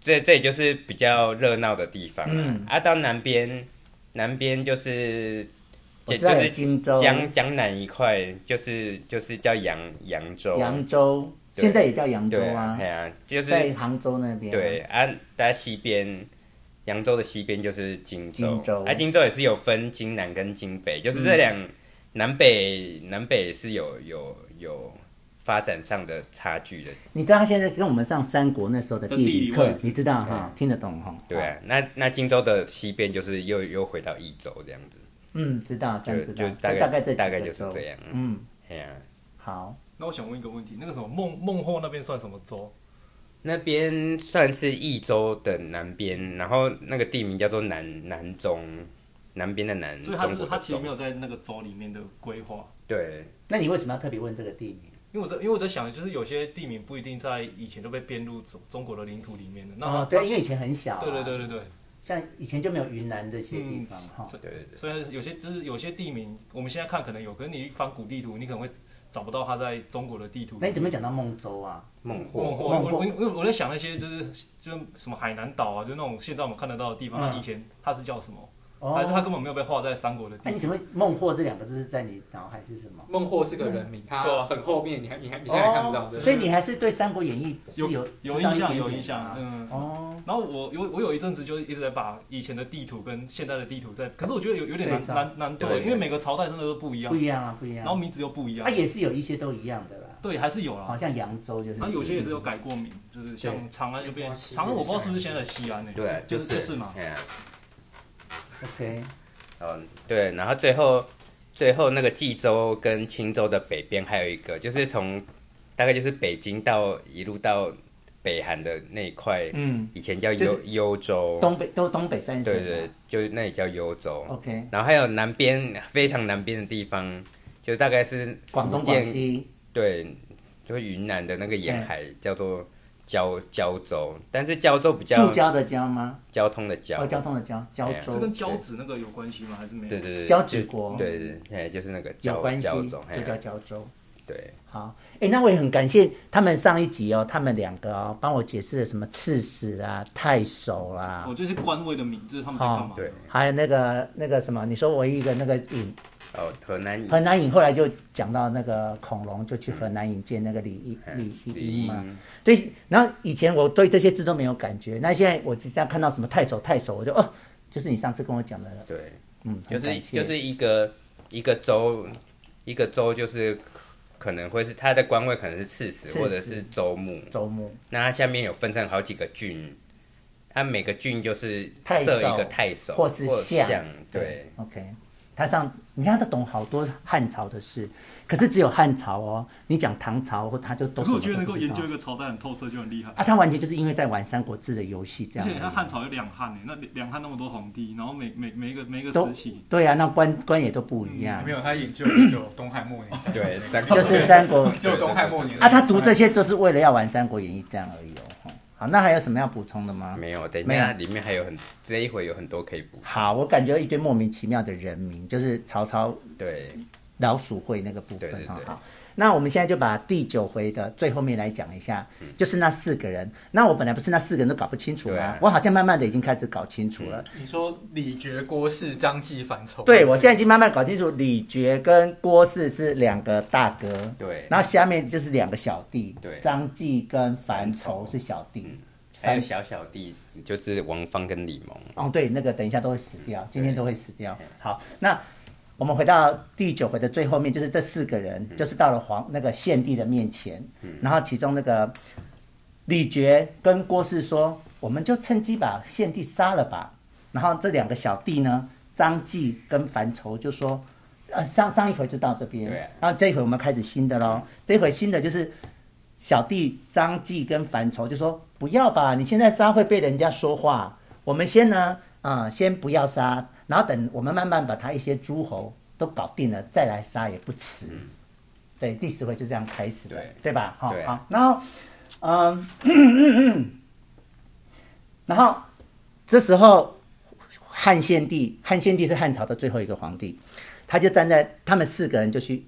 S2: 这这也就是比较热闹的地方啊。
S1: 嗯
S2: 啊，到南边，南边就是
S1: 我
S2: 就
S1: 知道
S2: 就
S1: 有
S2: 是
S1: 荆州、
S2: 江江南一块，就是就是叫扬扬州，
S1: 扬州，
S2: 对
S1: 现在也叫扬州
S2: 对
S1: 啊
S2: 哎，呀、就是
S1: 在杭州那边，
S2: 对，啊，在西边，扬州的西边就是荆州，
S1: 荆州嗯
S2: 啊，荆州也是有分荆南跟荆北，就是这两、南北南北是有有有发展上的差距的，
S1: 你知道他现在跟我们上三国那时候的地理
S6: 地理
S1: 课
S6: 位，置
S1: 你知道哈，听得懂哈？
S2: 对、啊，那那荆州的西边就是又又回到益州这样子，
S1: 嗯，知道，这样
S2: 就
S1: 知道，
S2: 就
S1: 就
S2: 大概
S1: 大概这几个
S2: 大概就是
S1: 州
S2: 这样，
S1: 嗯，
S2: 哎呀、
S1: 好，
S6: 那我想问一个问题，那个什么孟孟获那边算什么州？
S2: 那边算是益州的南边，然后那个地名叫做南南中，南边的南，
S6: 所以他
S2: 中
S6: 是
S2: 国
S6: 他
S2: 的
S6: 其实没
S2: 中，
S6: 有在那个州里面的规划。
S2: 对，
S1: 那你为什么要特别问这个地名？
S6: 因为我在因为我在想，就是有些地名不一定在以前就被编入中中国的领土里面的。那它
S1: 哦，对，因为以前很小，
S6: 对对对，对对，
S1: 像以前就没有云南这些地方哈。
S6: 所以
S2: 对对对
S6: 所以有些就是有些地名，我们现在看可能有，可是你一翻古地图，你可能会找不到它在中国的地图。
S1: 那你怎么讲到孟州啊？
S2: 孟获。
S6: 孟获？
S1: 孟
S6: 我
S1: 获
S6: 我我我在想那些就是就是什么海南岛啊，就那种现在我们看得到的地方，
S1: 嗯
S6: 那以前它是叫什么？
S1: 哦
S6: 还是他根本没有被划在三国的
S1: 那
S6: 地
S1: 你
S6: 图？
S1: 怎么会孟获这两个字是在你脑海是什么？
S3: 孟获是个人名，
S6: 对
S3: 他
S6: 啊
S3: 很后面，你还你还你现在还看不到，
S1: 哦
S3: 对
S1: 所以你还是对《三国演义》是有
S6: 有
S1: 知道一点点
S6: 印象，
S1: 啊
S6: 有印象，嗯。
S1: 哦，
S6: 然后我有我有一阵子就是一直在把以前的地图跟现在的地图在，可是我觉得有有点
S1: 对
S6: 难
S1: 照
S6: 难难对，
S2: 对
S6: 因为每个朝代真的都不一样
S1: 不，一样啊，不一样。
S6: 然后名字又不一样
S1: 啊，，也是有一些都一样的啦，
S6: 对，还是有
S1: 好
S6: 啦。
S1: 像扬州就是。
S6: 然后有些也是有改过名，就是像长安就变
S3: 对
S6: 长安，我不知道是不是现在的西安呢？
S2: 对啊，
S6: 就是是就是嘛。
S2: 哎呀
S1: OK，
S2: 嗯，对，然后最后最后那个冀州跟青州的北边还有一个，就是从大概就是北京到一路到北韩的那一块，
S1: 嗯，
S2: 以前叫
S1: 就
S2: 幽
S1: 是
S2: 幽
S6: 哦
S2: 州，
S1: 东北都东北三省
S2: 对
S1: 嘛。
S2: 对，就那里叫幽州。
S1: OK，
S2: 然后还有南边非常南边的地方，就大概是
S1: 广东、
S2: 福
S1: 广
S2: 建
S1: 西，嗯
S2: 对，就是云南的那个沿海叫做胶胶州，但是胶州比较
S1: 塑胶的胶吗？
S2: 交通的交，
S1: 哦，交通的胶，胶
S2: 哎呀
S6: 是
S1: 州
S6: 跟，交趾那个有关系吗？还是没有？
S2: 对对对，
S1: 交趾国
S2: 对对对，哎，就是那个
S1: 哦有
S2: 胶
S1: 关系
S2: 胶州，，
S1: 就叫
S2: 哎，
S1: 胶州。
S2: 对，
S1: 好，哎，那我也很感谢他们上一集哦，他们两个哦，帮我解释了什么刺史啊、太守啦、
S6: 我哦这些官位的名，就是他们在干嘛？
S2: 对，
S1: 还有那个那个什么，你说唯一一个那个尹
S2: 哦，河南
S1: 河南尹，后来就讲到那个孔融就去河南尹见那个李一
S2: 哎
S1: 李一英嘛。
S2: 英
S1: 对，然后以前我对这些字都没有感觉，那现在我只这样看到什么太守太守，我就哦，就是你上次跟我讲的，
S2: 对，
S1: 嗯，
S2: 就
S1: 很感
S2: 是
S1: 谢
S2: 就是一个一个州，一个州就是可能会是它的官位可能是刺史
S1: 刺
S2: 或者
S1: 史
S2: 是州牧，
S1: 周牧
S2: 那它下面有分成好几个郡，它每个郡就是
S1: 太
S2: 设
S1: 守
S2: 一个太守
S1: 或是相
S2: 相，对，
S1: ，OK，他上你看他懂好多汉朝的事，可是只有汉朝哦，你讲唐朝或他就都什
S6: 可是
S1: 么
S6: 我觉得
S1: 都
S6: 能
S1: 不
S6: 够
S1: 知
S6: 研
S1: 道
S6: 究一个朝代很透彻就很厉害。
S1: 啊，他完全就是因为在玩《三国志》的游戏这样
S6: 而且
S1: 而
S6: 你
S1: 已，
S6: 看汉朝有两汉呢，那两汉那么多皇帝，然后每每每一个每一个
S1: 都
S6: 时期，
S1: 对啊，那官官也都不一
S6: 嗯
S1: 样，
S3: 没有他研究研究东汉末年，
S2: 对三国
S1: 就是三 国
S3: 就东汉末年
S1: 啊，他读这些就是为了要玩《三国演义》这样而已哦。哦好，那还有什么要补充的吗？
S2: 没有，等一
S1: 没
S2: 下
S1: 有
S2: 里面还有很这一回有很多可以补，
S1: 好，我感觉一堆莫名其妙的人名，就是曹操
S2: 对，
S1: 老鼠会那个部分
S2: 对对
S1: 哈
S2: 对。
S1: 好，那我们现在就把第九回的最后面来讲一下，就是那四个人。那我本来不是那四个人都搞不清楚吗？
S2: 嗯对啊嗯
S1: 我好像慢慢的已经开始搞清楚了。
S3: 你说李觉、郭氏、张继、樊稠，
S1: 对，我现在已经慢慢搞清楚，李傕跟郭氏是两个大哥，
S2: 对
S1: 然后下面就是两个小弟，
S2: 对
S1: 张继跟樊稠是小弟。
S2: 嗯还
S1: 三
S2: 有小小弟就是王芳跟李蒙，
S1: 哦，对，那个等一下都会死掉，今天都会死掉。好，那我们回到第九回的最后面，就是这四个人，就是到了皇那个献帝的面前，然后其中那个李觉跟郭氏说，我们就趁机把献帝杀了吧。然后这两个小弟呢，张继跟樊稠就说，呃，上上一回就到这边，
S2: 对啊
S1: 然后这一回我们开始新的喽。这一回新的就是小弟张继跟樊稠就说：“不要吧，你现在杀会被人家说话。我们先呢，啊、先不要杀，然后等我们慢慢把他一些诸侯都搞定了，再来杀也不迟。对，第十回就这样开始的，对
S2: 嗯对
S1: 吧？好、
S2: 对
S1: 好，然后，嗯，然后这时候汉献帝，汉献帝是汉朝的最后一个皇帝，他就站在他们四个人就去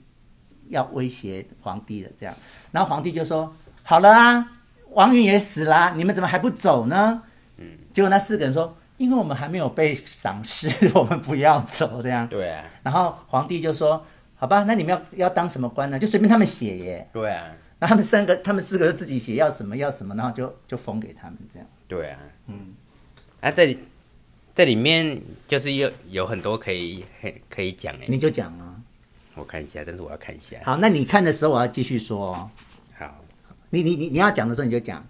S1: 要威胁皇帝了，这样。然后皇帝就说：“好了啊，王允也死啦、你们怎么还不走呢？”嗯，结果那四个人说：“因为我们还没有被赏识，我们不要走。”这样。
S2: 对啊，
S1: 然后皇帝就说：“好吧，那你们要要当什么官呢？就随便他们写耶。
S2: 对啊，”
S1: 然后他们三个，他们四个就自己写要什么要什么，然后就就封给他们这样。
S2: 对啊，嗯，啊这里这里面就是有有很多可以很可以讲哎，
S1: 你就讲啊。
S2: 我看一下，但是我要看一下，
S1: 好，那你看的时候我要继续说、哦。
S2: 好，
S1: 你你你你要讲的时候你就讲，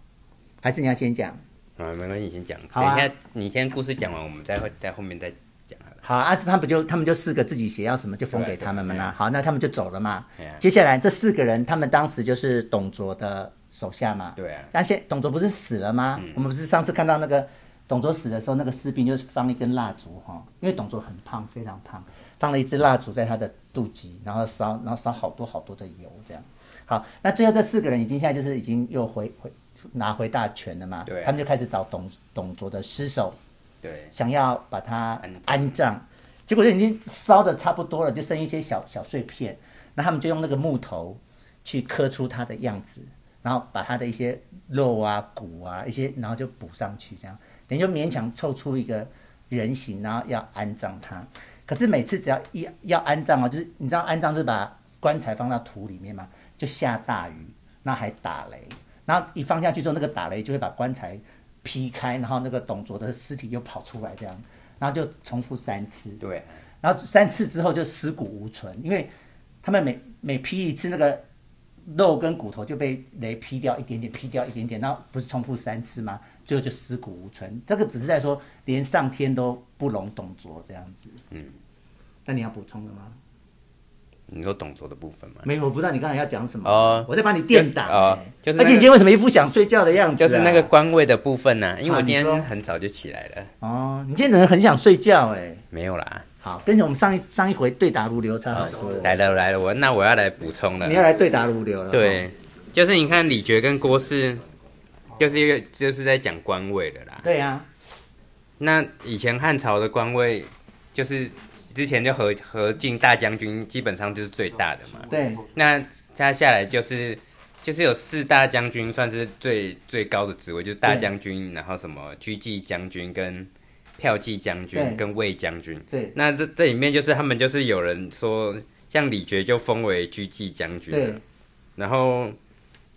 S1: 还是你要先讲？
S2: 啊没关系，你先讲，
S1: 好
S2: 等
S1: 啊
S2: 一下你先故事讲完，我们再在后面再讲好了，
S1: 好啊，他们不就他们就四个自己写要什么就封
S2: 对
S1: 给
S2: 啊对
S1: 他们们
S2: 对
S1: 啦
S2: 啊。
S1: 好，那他们就走了嘛
S2: 对啊。
S1: 接下来这四个人，他们当时就是董卓的手下嘛。
S2: 对嗯啊
S1: 但现董卓不是死了吗？我们不是上次看到那个董卓死的时候，那个士兵就是放一根蜡烛哈，因为董卓很胖，非常胖，放了一支蜡烛在他的肚脐，然后烧，然后烧好多好多的油这样。好，那最后这四个人已经现在就是已经又回回拿回大权了嘛，
S2: 对啊
S1: 他们就开始找董董卓的尸首，
S2: 对
S1: 想要把它
S2: 安葬
S1: 安葬，结果就已经烧的差不多了，就剩一些小小碎片。那他们就用那个木头去刻出它的样子，然后把它的一些肉啊、骨啊一些，然后就补上去，这样等于就勉强凑出一个人形，然后要安葬它。可是每次只要一要安葬哦，就是你知道安葬就是把棺材放到土里面嘛，就下大雨，那还打雷，然后一放下去之后，那个打雷就会把棺材劈开，然后那个董卓的尸体又跑出来，这样，然后就重复三次。
S2: 对，
S1: 然后三次之后就尸骨无存，因为他们每每劈一次那个肉跟骨头就被雷劈掉一点点，劈掉一点点，然后不是重复三次吗？最后就尸骨无存。这个只是在说，连上天都不容董卓这样子。嗯，那你要补充的吗？
S2: 你说董卓的部分吗？
S1: 没有，我不知道你刚才要讲什么。
S2: 哦
S1: 我在把你电打、
S2: 哦
S1: 欸
S2: 就是
S1: 而且你
S2: 那个
S1: 今天为什么一副想睡觉的样子、
S2: 就是那个。官位的部分呢、因为
S1: 啊
S2: 我
S1: 你
S2: 今
S1: 说
S2: 天很早就起来了，
S1: 哦，你今天真的很想睡觉哎、
S2: 没有啦，
S1: 好，跟我们上一上一回对答如流差很多了。
S2: 来了来了，我那我要来补充了
S1: 你。要来对答如流了。
S2: 对，就是你看李觉跟郭氏，就是一个就是在讲官位的啦。
S1: 对啊呀、
S2: 那以前汉朝的官位，就是之前就何何进大将军，基本上就是最大的嘛。
S1: 对，
S2: 那他下来就是就是有四大将军，算是最最高的职位，就是大
S1: 对
S2: 将军，然后什么狙击将军跟骠骑将
S1: 对
S2: 军跟卫将军。
S1: 对
S2: 那这这里面就是他们就是有人说，像李觉就封为狙击将军，
S1: 对，
S2: 然后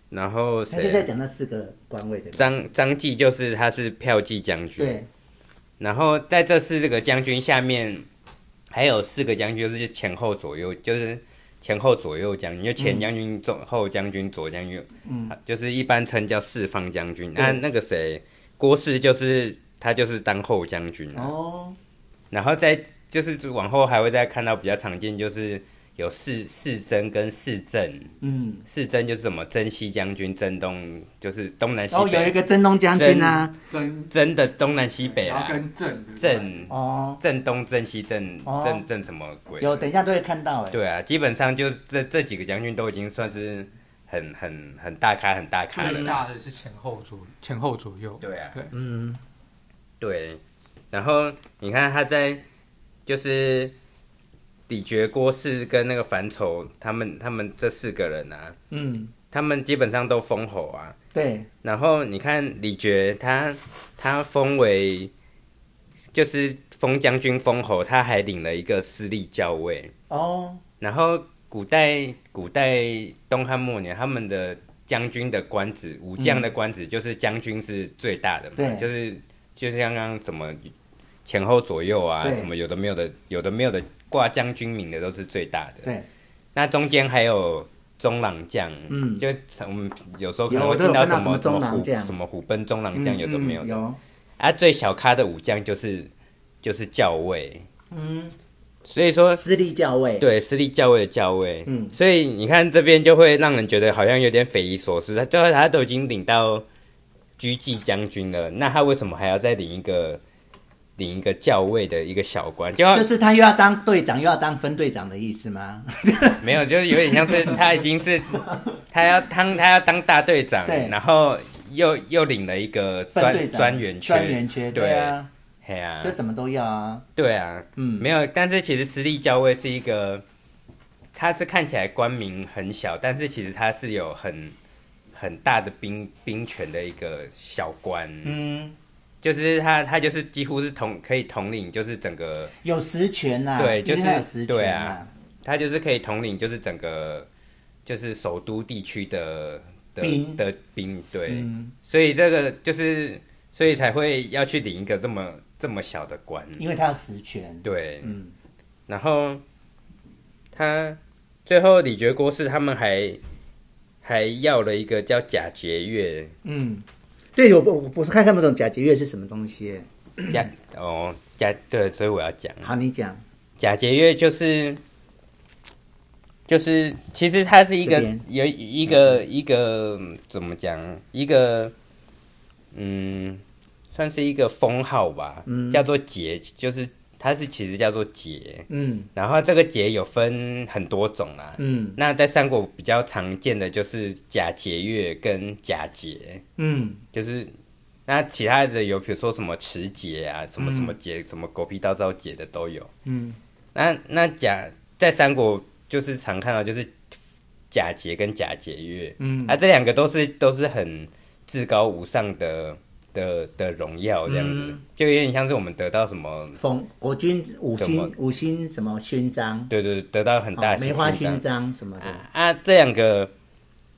S2: 然后
S1: 他是在
S2: 谁？啊
S1: 讲那四个官位的。
S2: 张张继就是他是骠骑将军，
S1: 对
S2: 然后在这四个将军下面，还有四个将军，就是前后左右，就是前后左右将军，就前将军、中后将军、左将军，嗯，就是一般称叫四方将军。啊
S1: 对
S2: 那那个谁，郭氏就是他就是当后将军、啊，
S1: 哦，
S2: 然后再就是往后还会再看到比较常见，就是有四四征跟四镇，
S1: 嗯，
S2: 四征就是什么征西将军、征东，就是东南西
S1: 然后
S2: 北，
S1: 哦有一个征东将军啊，
S3: 真
S2: 真的东南西北啊
S3: 然后
S2: 啦，
S3: 跟正
S2: 镇
S1: 哦，
S2: 镇东、镇西、镇
S1: 哦
S2: 镇镇什么鬼？
S1: 有，等一下都会看到哎。
S2: 对啊，基本上就是这这几个将军都已经算是很很很大咖、很大咖了
S3: 最
S2: 啦。
S3: 大的是前后左前后左右，
S2: 对啊，
S3: 对
S1: 嗯，
S2: 对。然后你看他在就是李觉、郭氏跟那个樊稠他们他们这四个人啊，
S1: 嗯，
S2: 他们基本上都封侯啊。
S1: 对，
S2: 然后你看李觉他他封为就是封将军封侯，他还领了一个私立校尉。
S1: 哦，
S2: 然后古代古代东汉末年，他们的将军的官职，武将的官职就是将军是最大的嘛，
S1: 对
S2: 就是就是像刚刚什么前后左右啊，
S1: 对
S2: 什么有的没有的，有的没有的挂将军名的都是最大的。
S1: 对，
S2: 那中间还有中郎将，
S1: 嗯
S2: 就我们有时候可
S1: 有
S2: 能会
S1: 我都有
S2: 听到
S1: 看到
S2: 什
S1: 什么
S2: 么
S1: 中郎
S2: 虎
S1: 将
S2: 什么虎贲中郎将，有的没有
S1: 嗯
S2: 的。
S1: 有，
S2: 啊，最小咖的武将就是就是校尉，
S1: 嗯，
S2: 所以说
S1: 私立教位，，
S2: 呃对，私立教位的教位，
S1: 嗯
S2: 所以你看这边就会让人觉得好像有点匪夷所思。他最后他都已经领到狙击将军了，那他为什么还要再领一个领一个教位的一个小官？就
S1: 就是他又要当队长，又要当分队长的意思吗？
S2: 没有，就是有点像是他已经是他要当他要当大队长
S1: 对，
S2: 然后又又领了一个
S1: 分
S2: 专
S1: 队长、
S2: 专员缺，
S1: 专员缺，
S2: 对
S1: 对啊，
S2: 嘿啊
S1: 就，什么都要啊，
S2: 对啊，
S1: 嗯，
S2: 没有，但是其实私立教会是一个，它是看起来官名很小，但是其实它是有很很大的兵兵权的一个小官，
S1: 嗯，
S2: 就是他他就是几乎是统可以统领，就是整个
S1: 有实权呐，
S2: 对就是
S1: 因为他有实
S2: 对
S1: 权
S2: 啊，他就是可以统领，就是整个就是首都地区的的
S1: 兵
S2: 的兵，对，
S1: 嗯，
S2: 所以这个就是所以才会要去领一个这么这么小的官，
S1: 因为他有实权，
S2: 对，
S1: 嗯，
S2: 然后他最后李觉郭氏他们还还要了一个叫假节钺，
S1: 嗯，对，我不我不太看不懂假节乐是什么东西欸，
S2: 假哦假对，所以我要讲
S1: 好，你讲
S2: 假节钺就是就是其实它是一个
S1: 这边
S2: 有一个一个嗯怎么讲一个嗯算是一个封号吧，
S1: 嗯
S2: 叫做节，就是它是其实叫做节，
S1: 嗯
S2: 然后这个节有分很多种啦、
S1: 嗯
S2: 那在三国比较常见的就是假节钺跟假节，
S1: 嗯
S2: 就是那其他的有比如说什么持节啊，什么什么节，什么狗屁倒灶节的都有。
S1: 嗯，
S2: 那那假在三国就是常看到就是假节跟假节钺，
S1: 嗯
S2: 啊这两个都是都是很至高无上的的的荣耀这样子，
S1: 嗯
S2: 就有点像是我们得到什么，
S1: 封国军五
S2: 怎
S1: 星
S2: 么
S1: 五星什么勋章，
S2: 对对，对得到很大
S1: 哦
S2: 的
S1: 梅花
S2: 勋章
S1: 勋章什么的，
S2: 啊，这两个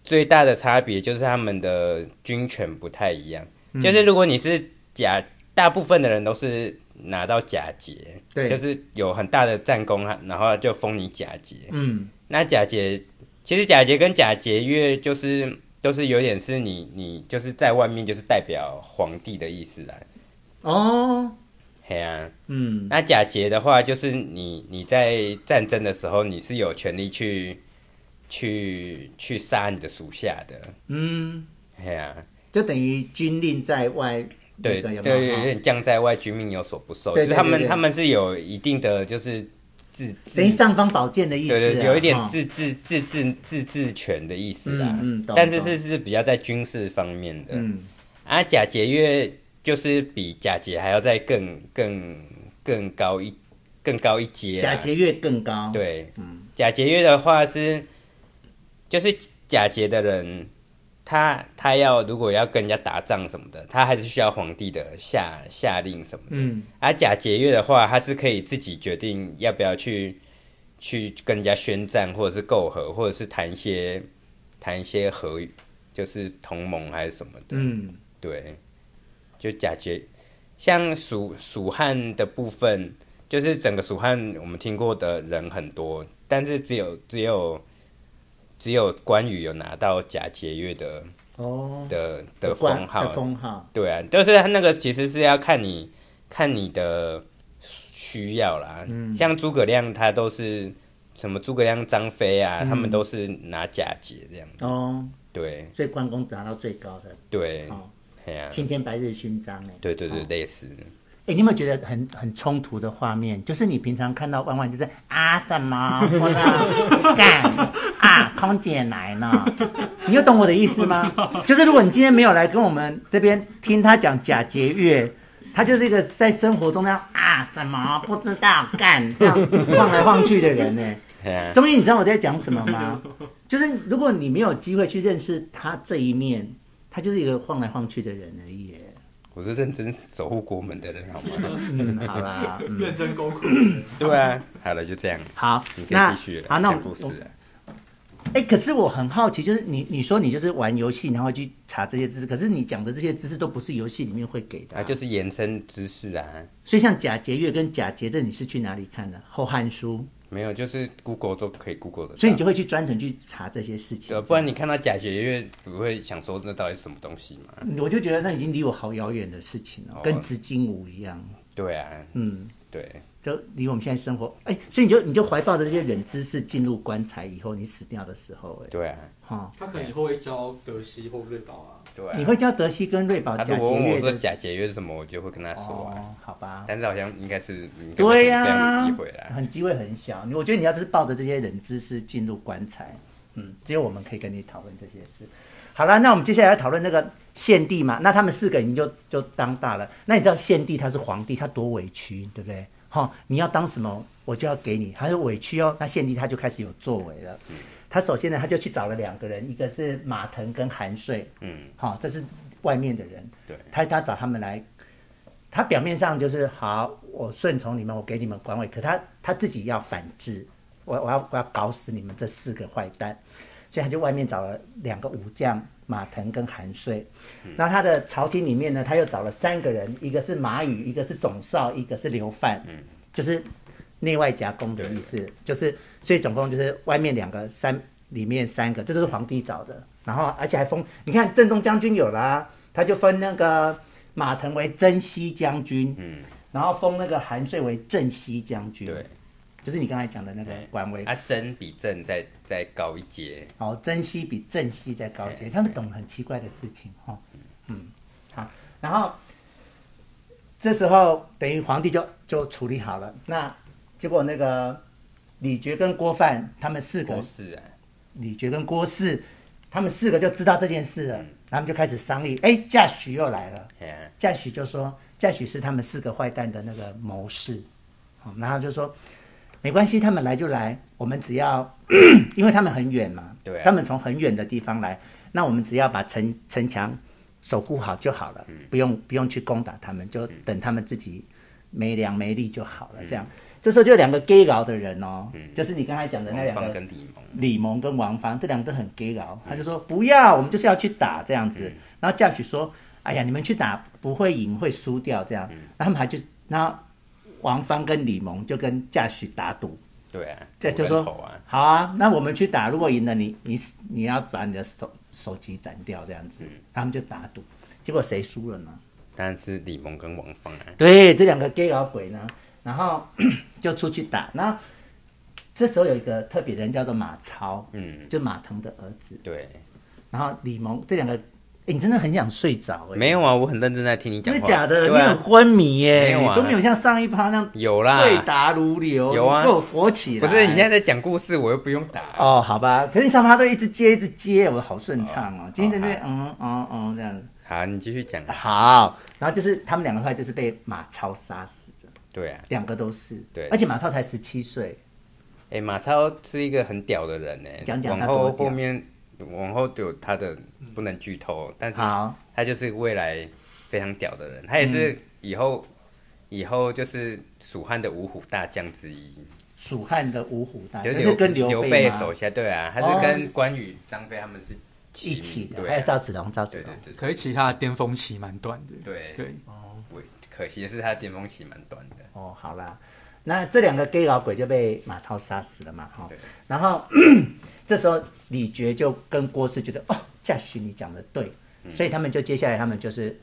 S2: 最大的差别就是他们的军权不太一样。就是如果你是甲，大部分的人都是拿到甲节，
S1: 对
S2: 就是有很大的战功，然后就封你甲节。
S1: 嗯，
S2: 那甲节其实甲节跟甲节月就是都是有点是你你就是在外面就是代表皇帝的意思啦。
S1: 哦，
S2: 嘿啊，
S1: 嗯，
S2: 那假节的话，就是你你在战争的时候，你是有权利去去去杀你的属下的。
S1: 嗯，
S2: 哎呀、啊，
S1: 就等于军令在外，
S2: 对
S1: 那个
S2: 对，
S1: 有
S2: 对
S1: 没有
S2: 有
S1: 哦
S2: 点将在外，军命有所不受。
S1: 对对
S2: 就是他
S1: 对
S2: 们
S1: 对
S2: 他们是有一定的就是自自
S1: 等于尚方宝剑的意思啊，
S2: 对对，有一点
S1: 哦
S2: 自治自治自治权的意思啦。
S1: 嗯嗯懂
S2: 但是
S1: 懂
S2: 是是比较在军事方面的。
S1: 嗯
S2: 啊，假节月就是比假节还要再更更更高一更高一阶、啊。
S1: 假节越更高，，
S2: 对，假节约的话是，就是假节的人，他他要如果要跟人家打仗什么的，他还是需要皇帝的下下令什么的。
S1: 嗯，
S2: 而、假节约的话，他是可以自己决定要不要去去跟人家宣战，或者是媾和，或者是谈一些谈一些和，就是同盟还是什么的。
S1: 嗯，
S2: 对，就假节，像蜀蜀汉的部分，就是整个蜀汉我们听过的人很多，但是只有只有只有关羽有拿到假节钺的
S1: 哦，
S2: 的的
S1: 冠
S2: 封号
S1: 的，封号，
S2: 对啊，就是他那个其实是要看你看你的需要啦，
S1: 嗯
S2: 像诸葛亮他都是什么诸葛亮、张飞啊，
S1: 嗯
S2: 他们都是拿假节这样，
S1: 哦，
S2: 对
S1: 所以关公拿到最高
S2: 嗯
S1: 的
S2: 对
S1: 哦，
S2: 哎呀、
S1: 青天白日勋章，哎，
S2: 对对对，
S1: 哦
S2: 类似。
S1: 哎、你有没有觉得很很冲突的画面？就是你平常看到万万就是啊怎么 我的干啊空姐来了，你有懂我的意思吗？就是如果你今天没有来跟我们这边听他讲假节乐，他就是一个在生活中那样啊怎么不知道干这样晃来晃去的人呢、
S2: 哎呀
S1: 终于你知道我在讲什么 吗？就是如果你没有机会去认识他这一面，他就是一个晃来晃去的人而已耶、
S2: 我是认真守护国门的人，好吗？
S1: 嗯，好 啦，嗯。
S3: 认真沟苦。
S2: 对啊，好了，就这样，
S1: 好
S2: 你，可以
S1: 那
S2: 继续了。
S1: 好，那我
S2: 讲故事
S1: 我
S2: 了
S1: 哎、可是我很好奇，就是你你说你就是玩游戏，然后去查这些知识，可是你讲的这些知识都不是游戏里面会给的、
S2: 啊，就是延伸知识啊，
S1: 所以像假节乐跟假节这你是去哪里看的？《后汉书
S2: 没有，就是 Google 都可以 Google 的，》，
S1: 所以你就会去专程去查这些事情
S2: 啊对，。啊不然你看到假学月，不会想说那到底是什么东西嘛？
S1: 我就觉得那已经离我好遥远的事情了、
S2: 哦
S1: 跟紫金舞一样，
S2: 对啊，
S1: 嗯，
S2: 对，
S1: 就离我们现在生活，哎、所以你就你就怀抱着这些冷知识进入棺材以后，你死掉的时候、哎，
S2: 对啊，
S1: 哈、
S3: 他可能以后会教德西或瑞宝啊，
S2: 对
S1: 你
S2: 啊。
S1: 会教德西跟瑞宝
S2: 他
S1: 假
S2: 如果
S1: 节
S2: 问我
S1: 乐
S2: 说
S1: 的
S2: 假节约是什么，我就会跟他说啊。
S1: 哦，好吧，
S2: 但是好像应该是应该没
S1: 对
S2: 有
S1: 呀、
S2: 这样的机会啦。
S1: 很机会很小。你我觉得你要是抱着这些冷知识进入棺材，嗯，只有我们可以跟你讨论这些事。好了，那我们接下来要讨论那个献帝嘛，那他们四个已经就就当大了。那你知道献帝他是皇帝，他多委屈，对不对？哈、你要当什么，我就要给你，他是委屈哦。那献帝他就开始有作为了。他首先呢，他就去找了两个人，一个是马腾跟韩遂，
S2: 嗯，
S1: 好、这是外面的人，
S2: 对
S1: 他他找他们来，他表面上就是好，我顺从你们，我给你们官位，可他他自己要反制，我我要我要搞死你们这四个坏蛋，所以他就外面找了两个武将马腾跟韩遂，那他的朝廷里面呢，他又找了三个人，一个是马宇，一个是总哨，一个是刘范，就是内外夹攻的意思，就是所以总共就是外面两个三，里面三个，这都是皇帝找的。然后而且还封，你看镇东将军有啦、他就分那个马腾为征西将军，嗯，然后封那个韩遂为镇西将军，
S2: 对，
S1: 就是你刚才讲的那个官位。
S2: 啊，真比正再再高一阶，
S1: 哦，珍惜比正惜再高一些，
S2: 对
S1: 他们懂很奇怪的事情哈、哦。嗯，好，然后这时候等于皇帝就就处理好了，那结果那个李傕跟郭范他们四个
S2: 都，是啊，
S1: 李傕跟郭汜他们四个就知道这件事了，
S2: 嗯
S1: 他们就开始商议，哎，贾诩又来了。
S2: 哎呀，
S1: 贾诩就说，贾诩是他们四个坏蛋的那个谋士，好然后就说没关系，他们来就来，我们只要， 因为他们很远嘛，
S2: 对啊
S1: 他们从很远的地方来，那我们只要把城城墙守护好就好
S2: 嗯
S1: 了，不用不用去攻打他们，就等他们自己没粮没力就好了。这
S2: 嗯
S1: 样，这时候就两个 gay 佬的人哦，就是你刚才讲的那
S2: 王
S1: 两
S2: 芳
S1: 个
S2: 跟李萌，
S1: 李蒙跟王芳，这两个都很 gay 佬，他就说不要，我们就是要去打这样子。然后教许说，哎呀，你们去打不会赢，会输掉这样。然后他们还就，然后王芳跟李蒙就跟教许打赌，
S2: 对啊，
S1: 这就
S2: 五
S1: 说
S2: 人头啊，
S1: 好啊，那我们去打，如果赢了你，你你要把你的手手机斩掉这样子。他们就打赌，结果谁输了呢？
S2: 但是李萌跟王芳啊，
S1: 对，这两个 gay 老鬼呢，然后 就出去打。然后这时候有一个特别人叫做马超，
S2: 嗯，
S1: 就马腾的儿子。
S2: 对，
S1: 然后李蒙这两个，哎诶你真的很想睡着哎、
S2: 没有啊，我很认真在听你讲
S1: 真
S2: 话，
S1: 的假的？你
S2: 对
S1: 很
S2: 啊，
S1: 昏迷耶、
S2: 没有啊
S1: 都没有像上一趴那样
S2: 有啦，
S1: 对答如流，
S2: 有啊
S1: 你给我火起来。
S2: 不是你现在在讲故事，我又不用打，
S1: 哦，好吧，可是你上趴都一直接一直接，我好顺畅哦。今天就是
S2: 哦
S1: 嗯嗯嗯这样子
S2: 好，你继续讲，啊
S1: 好，然后就是他们两个后来就是被马超杀死的，
S2: 对啊，
S1: 两个都是。
S2: 对
S1: 而且马超才十七岁，
S2: 哎，马超是一个很屌的人呢，
S1: 讲讲他
S2: 往
S1: 多
S2: 后
S1: 屌嗯
S2: 后面往后有他的不能剧透，但是
S1: 好。嗯
S2: 他就是未来非常屌的人，他也是以后、以后就是蜀汉的五虎大将之一，
S1: 蜀汉的五虎大，
S2: 就
S1: 那啊
S2: 是
S1: 是跟
S2: 刘
S1: 备吗
S2: 手下，对啊，他是跟关羽、张飞他们是
S1: 一起的，
S2: 对
S1: 还有
S2: 啊、
S1: 赵子龙，赵子
S2: 对
S1: 龙
S2: 对对
S3: 可是其他的巅峰期蛮短的。
S2: 对
S3: 对，
S2: 我可惜的是他的巅峰期蛮短的，
S1: 哦，好啦，那这两个 gay 老鬼就被马超杀死了嘛，哈
S2: 对，
S1: 然后 这时候李觉就跟郭氏觉得，哦，贾诩你讲的对，
S2: 嗯
S1: 所以他们就接下来他们就是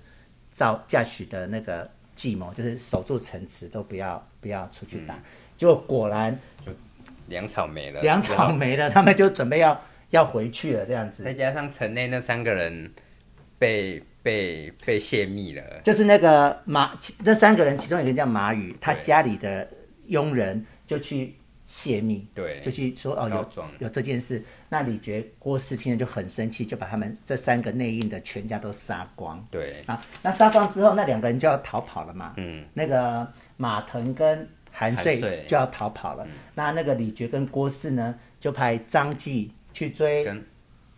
S1: 照贾诩的那个计谋，就是守住城池，都不要不要出去
S2: 嗯
S1: 打，结果果然
S2: 呃粮草哎没了，
S1: 粮草没了，他们就准备要要回去了，这样
S2: 之后，再
S1: 子，
S2: 加上城内那三个人被被被泄密了，
S1: 就是那个马，其那三个人其中有一个叫马宇，他
S2: 对
S1: 家里的佣人就去泄密，
S2: 对，
S1: 就去说哦
S2: 告
S1: 有
S2: 状
S1: 有这件事。那李觉、郭氏听了就很生气，就把他们这三个内应的全家都杀光
S2: 对，
S1: 啊。那杀光之后，那两个人就要逃跑了嘛。
S2: 嗯，
S1: 那个马腾跟韩
S2: 韩
S1: 遂
S2: 遂嗯
S1: 就要逃跑了。那那个李觉跟郭氏呢，就派张继去追
S2: 跟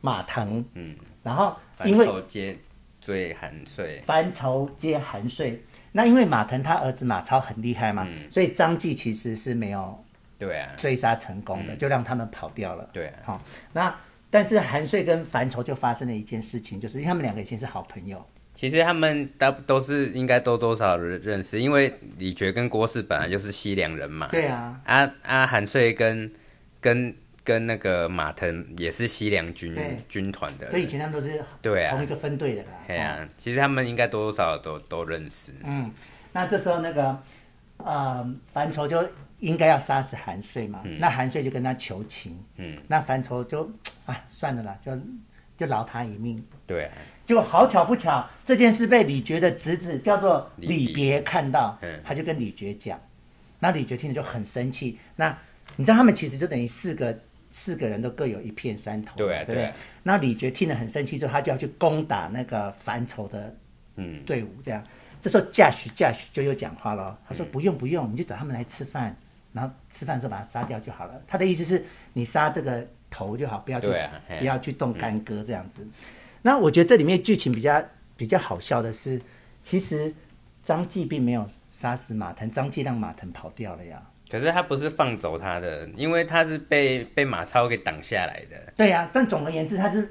S1: 马腾，
S2: 嗯，
S1: 然后
S2: 反
S1: 因为
S2: 头接追韩遂，
S1: 翻筹接韩遂。那因为马腾他儿子马超很厉害嘛，
S2: 嗯
S1: 所以张继其实是没有
S2: 对啊，
S1: 追杀成功的，就让他们跑掉了。
S2: 对啊，
S1: 好、那但是韩遂跟樊稠就发生了一件事情，就是因为他们两个以前是好朋友，
S2: 其实他们大都是应该都多少人认识，因为李觉跟郭氏本来就是西凉人嘛。
S1: 对啊，
S2: 啊啊，韩遂跟跟跟那个马腾也是西凉军
S1: 对
S2: 军团的人。
S1: 所以以前他们都是
S2: 对啊
S1: 同一个分队的啦。
S2: 嘿
S1: 哦
S2: 啊，其实他们应该多多少少都都认识。
S1: 嗯，那这时候那个呃樊稠就应该要杀死韩遂嘛，那韩遂就跟他求情，
S2: 嗯，
S1: 那樊稠就啊算了啦，就就饶他一命。
S2: 对啊，
S1: 结果好巧不巧，这件事被李觉的侄子叫做
S2: 李
S1: 李别看到
S2: 嗯，
S1: 他就跟李觉讲，那李觉听了就很生气。那你知道他们其实就等于四个四个人都各有一片山头嘛，
S2: 对啊
S1: 对不
S2: 对
S1: 对
S2: 啊？
S1: 那李觉听了很生气之后，他就要去攻打那个樊稠的
S2: 嗯，
S1: 队伍，这样。这时候驾许驾许就又讲话了，他说不用不用，你就找他们来吃饭，然后吃饭的时候把他杀掉就好了。他的意思是你杀这个头就好，不要去
S2: 对啊
S1: 死
S2: 嘿
S1: 不要去动干戈这样子。那我觉得这里面剧情比较比较好笑的是，其实张继并没有杀死马腾，张继让马腾跑掉了呀。
S2: 可是他不是放走他的，因为他是被被马超给挡下来的。
S1: 对呀、但总而言之，他就是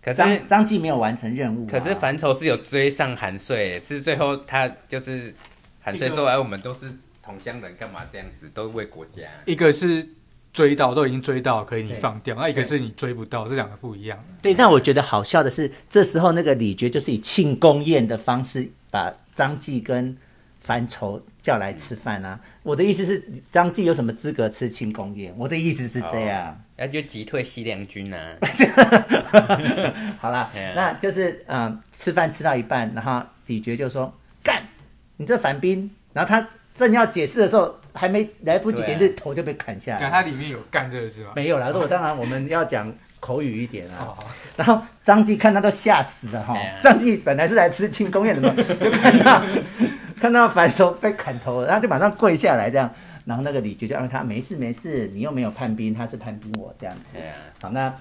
S2: 可是
S1: 张张继没有完成任务啊、
S2: 可是樊稠是有追上韩遂，是最后他就是韩遂说：“哎，我们都是同乡人，干嘛这样子？都为国家。
S3: 一个是追到都已经追到，可以你
S1: 对
S3: 放掉；啊那一个是你追不到，这两个不一样。
S1: 对，但我觉得好笑的是，这时候那个李觉就是以庆功宴的方式把张继跟樊稠叫来吃饭啊。我的意思是，张继有什么资格吃庆功宴？我的意思是这样。
S2: 那就击退西凉军啊！
S1: 好 啦
S2: Yeah.，
S1: 那就是嗯、呃吃饭吃到一半，然后李觉就说：“干，你这反兵！”然后他正要解释的时候，还没来不及解释，
S2: 对啊
S1: 头就被砍下
S3: 但
S1: 来。
S3: 它里面有干这个是吗？
S1: 没有啦，如果当然我们要讲口语一 点啊。
S3: 哦，
S1: 然后张继看他都吓死了哈
S2: 哎呀，
S1: 张继本来是来吃庆功 宴的嘛，就看到看到樊稠被砍头了，然后就马上跪下来这样，然后那个李觉就安慰他没事没事，你又没有叛兵，
S2: 啊
S1: 他是叛兵我这样子。
S2: 哎呀，
S1: 好，那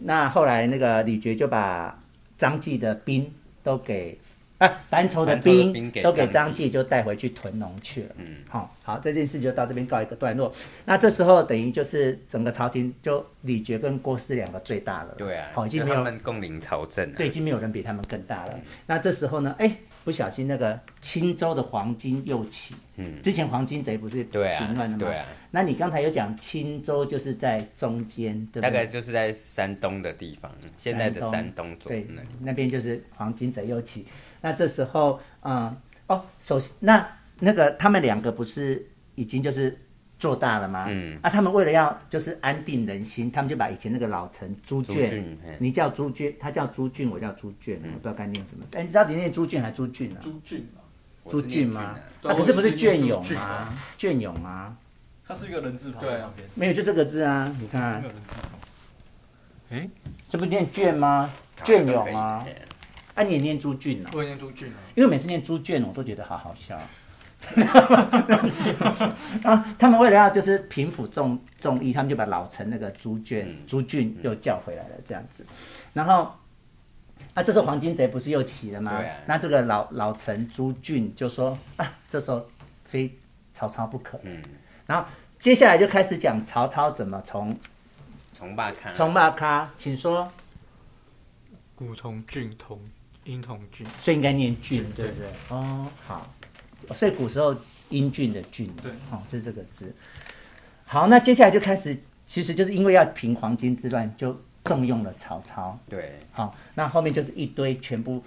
S1: 那后来那个李觉就把张继的兵都给啊樊稠的
S2: 樊稠的
S1: 兵
S2: 兵给
S1: 都给
S2: 张
S1: 张继，就带回去屯农去了。
S2: 嗯，
S1: 好、好，这件事就到这边告一个段落。那这时候等于就是整个朝廷就李傕跟郭汜两个最大了，
S2: 对啊，
S1: 好、已经哦没
S2: 因为
S1: 有
S2: 他们共领朝政啊，
S1: 对，已经没有人比他们更大了。那这时候呢，哎，不小心那个青州的黄巾又起，
S2: 嗯，
S1: 之前黄巾贼不是
S2: 对啊
S1: 平乱的，吗？
S2: 对啊，
S1: 那你刚才有讲青州就是在中间，对
S2: 大
S1: 不
S2: 概
S1: 对？
S2: 就是在山东的地方，现在的山东左
S1: 对
S2: 那里，，
S1: 那边就是黄金贼又起。那这时候，嗯，哦，首先那那个他们两个不是已经就是做大了吗？
S2: 嗯，
S1: 啊，他们为了要就是安定人心，他们就把以前那个老臣朱
S2: 朱
S1: 卷，
S2: 俊，嘿嗯
S1: 你叫朱卷，他叫朱俊，我叫朱卷，我不知道该念什么。哎，你到底念朱卷还是朱俊啊？
S3: 朱俊嘛，
S1: 朱俊吗？
S3: 我是念俊啊
S1: 啊，可是不是
S3: 对
S1: 隽永
S3: 我是念朱俊
S1: 吗
S3: 啊？
S1: 隽永吗？
S6: 它是一个人字旁，
S3: 对
S6: 旁边
S1: 没有，就这个字啊，你看啊
S2: 嗯
S6: 没有，人字旁，
S1: 这不念卷吗？隽永啊，啊，你也念朱俊哦。
S3: 我也念朱俊啊，
S1: 因为每次念猪圈，我都觉得好好笑。 然后他们为了要就是平抚众众议，他们就把老陈那个猪圈、
S2: 嗯
S1: 朱俊又叫回来了，这样子。然后，啊，这时候黄金贼不是又起了吗？
S2: 对啊
S1: 那这个老老陈朱俊就说啊，这时候非曹操不可。
S2: 嗯，
S1: 然后接下来就开始讲曹操怎么从
S2: 从霸看啊，
S1: 从骂咖，请说，
S3: 古同俊同英同俊，
S1: 所以应该念俊，对
S3: 对
S1: 不对？哦，好，所以古时候英俊的俊，
S3: 对，
S1: 哦，就是这个字。好，那接下来就开始，其实就是因为要平黄巾之乱，就重用了曹操。
S2: 对，
S1: 好、那后面就是一堆全部，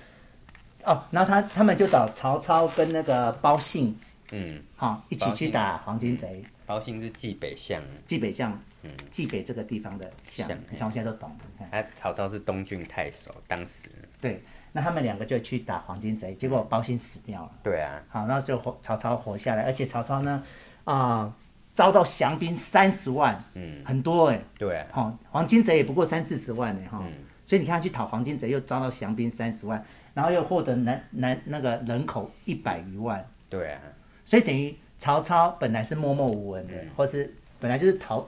S1: 哦，然后他他们就找曹操跟那个包信，
S2: 嗯，
S1: 哈、一起去打黄巾贼，
S2: 包兴是冀北向，啊
S1: 冀北向
S2: 嗯，
S1: 冀北这个地方的项
S2: 项，
S1: 你看我现在都懂，哎你看。
S2: 他曹操是东郡太守，当时，
S1: 对，那他们两个就去打黄巾贼，结果包兴死掉了。
S2: 对啊，
S1: 好，那就活曹操活下来，而且曹操呢，啊、遭到降兵三十万，
S2: 嗯，
S1: 很多哎、
S2: 对啊，
S1: 哦，黄金贼也不过三四十万呢，哈、
S2: 嗯
S1: 所以你看他去讨黄金贼，又遭到降兵三十万，然后又获得南南那个人口一百余万，
S2: 对啊，
S1: 所以等于曹操本来是默默无闻的，
S2: 嗯
S1: 或是本来就是逃，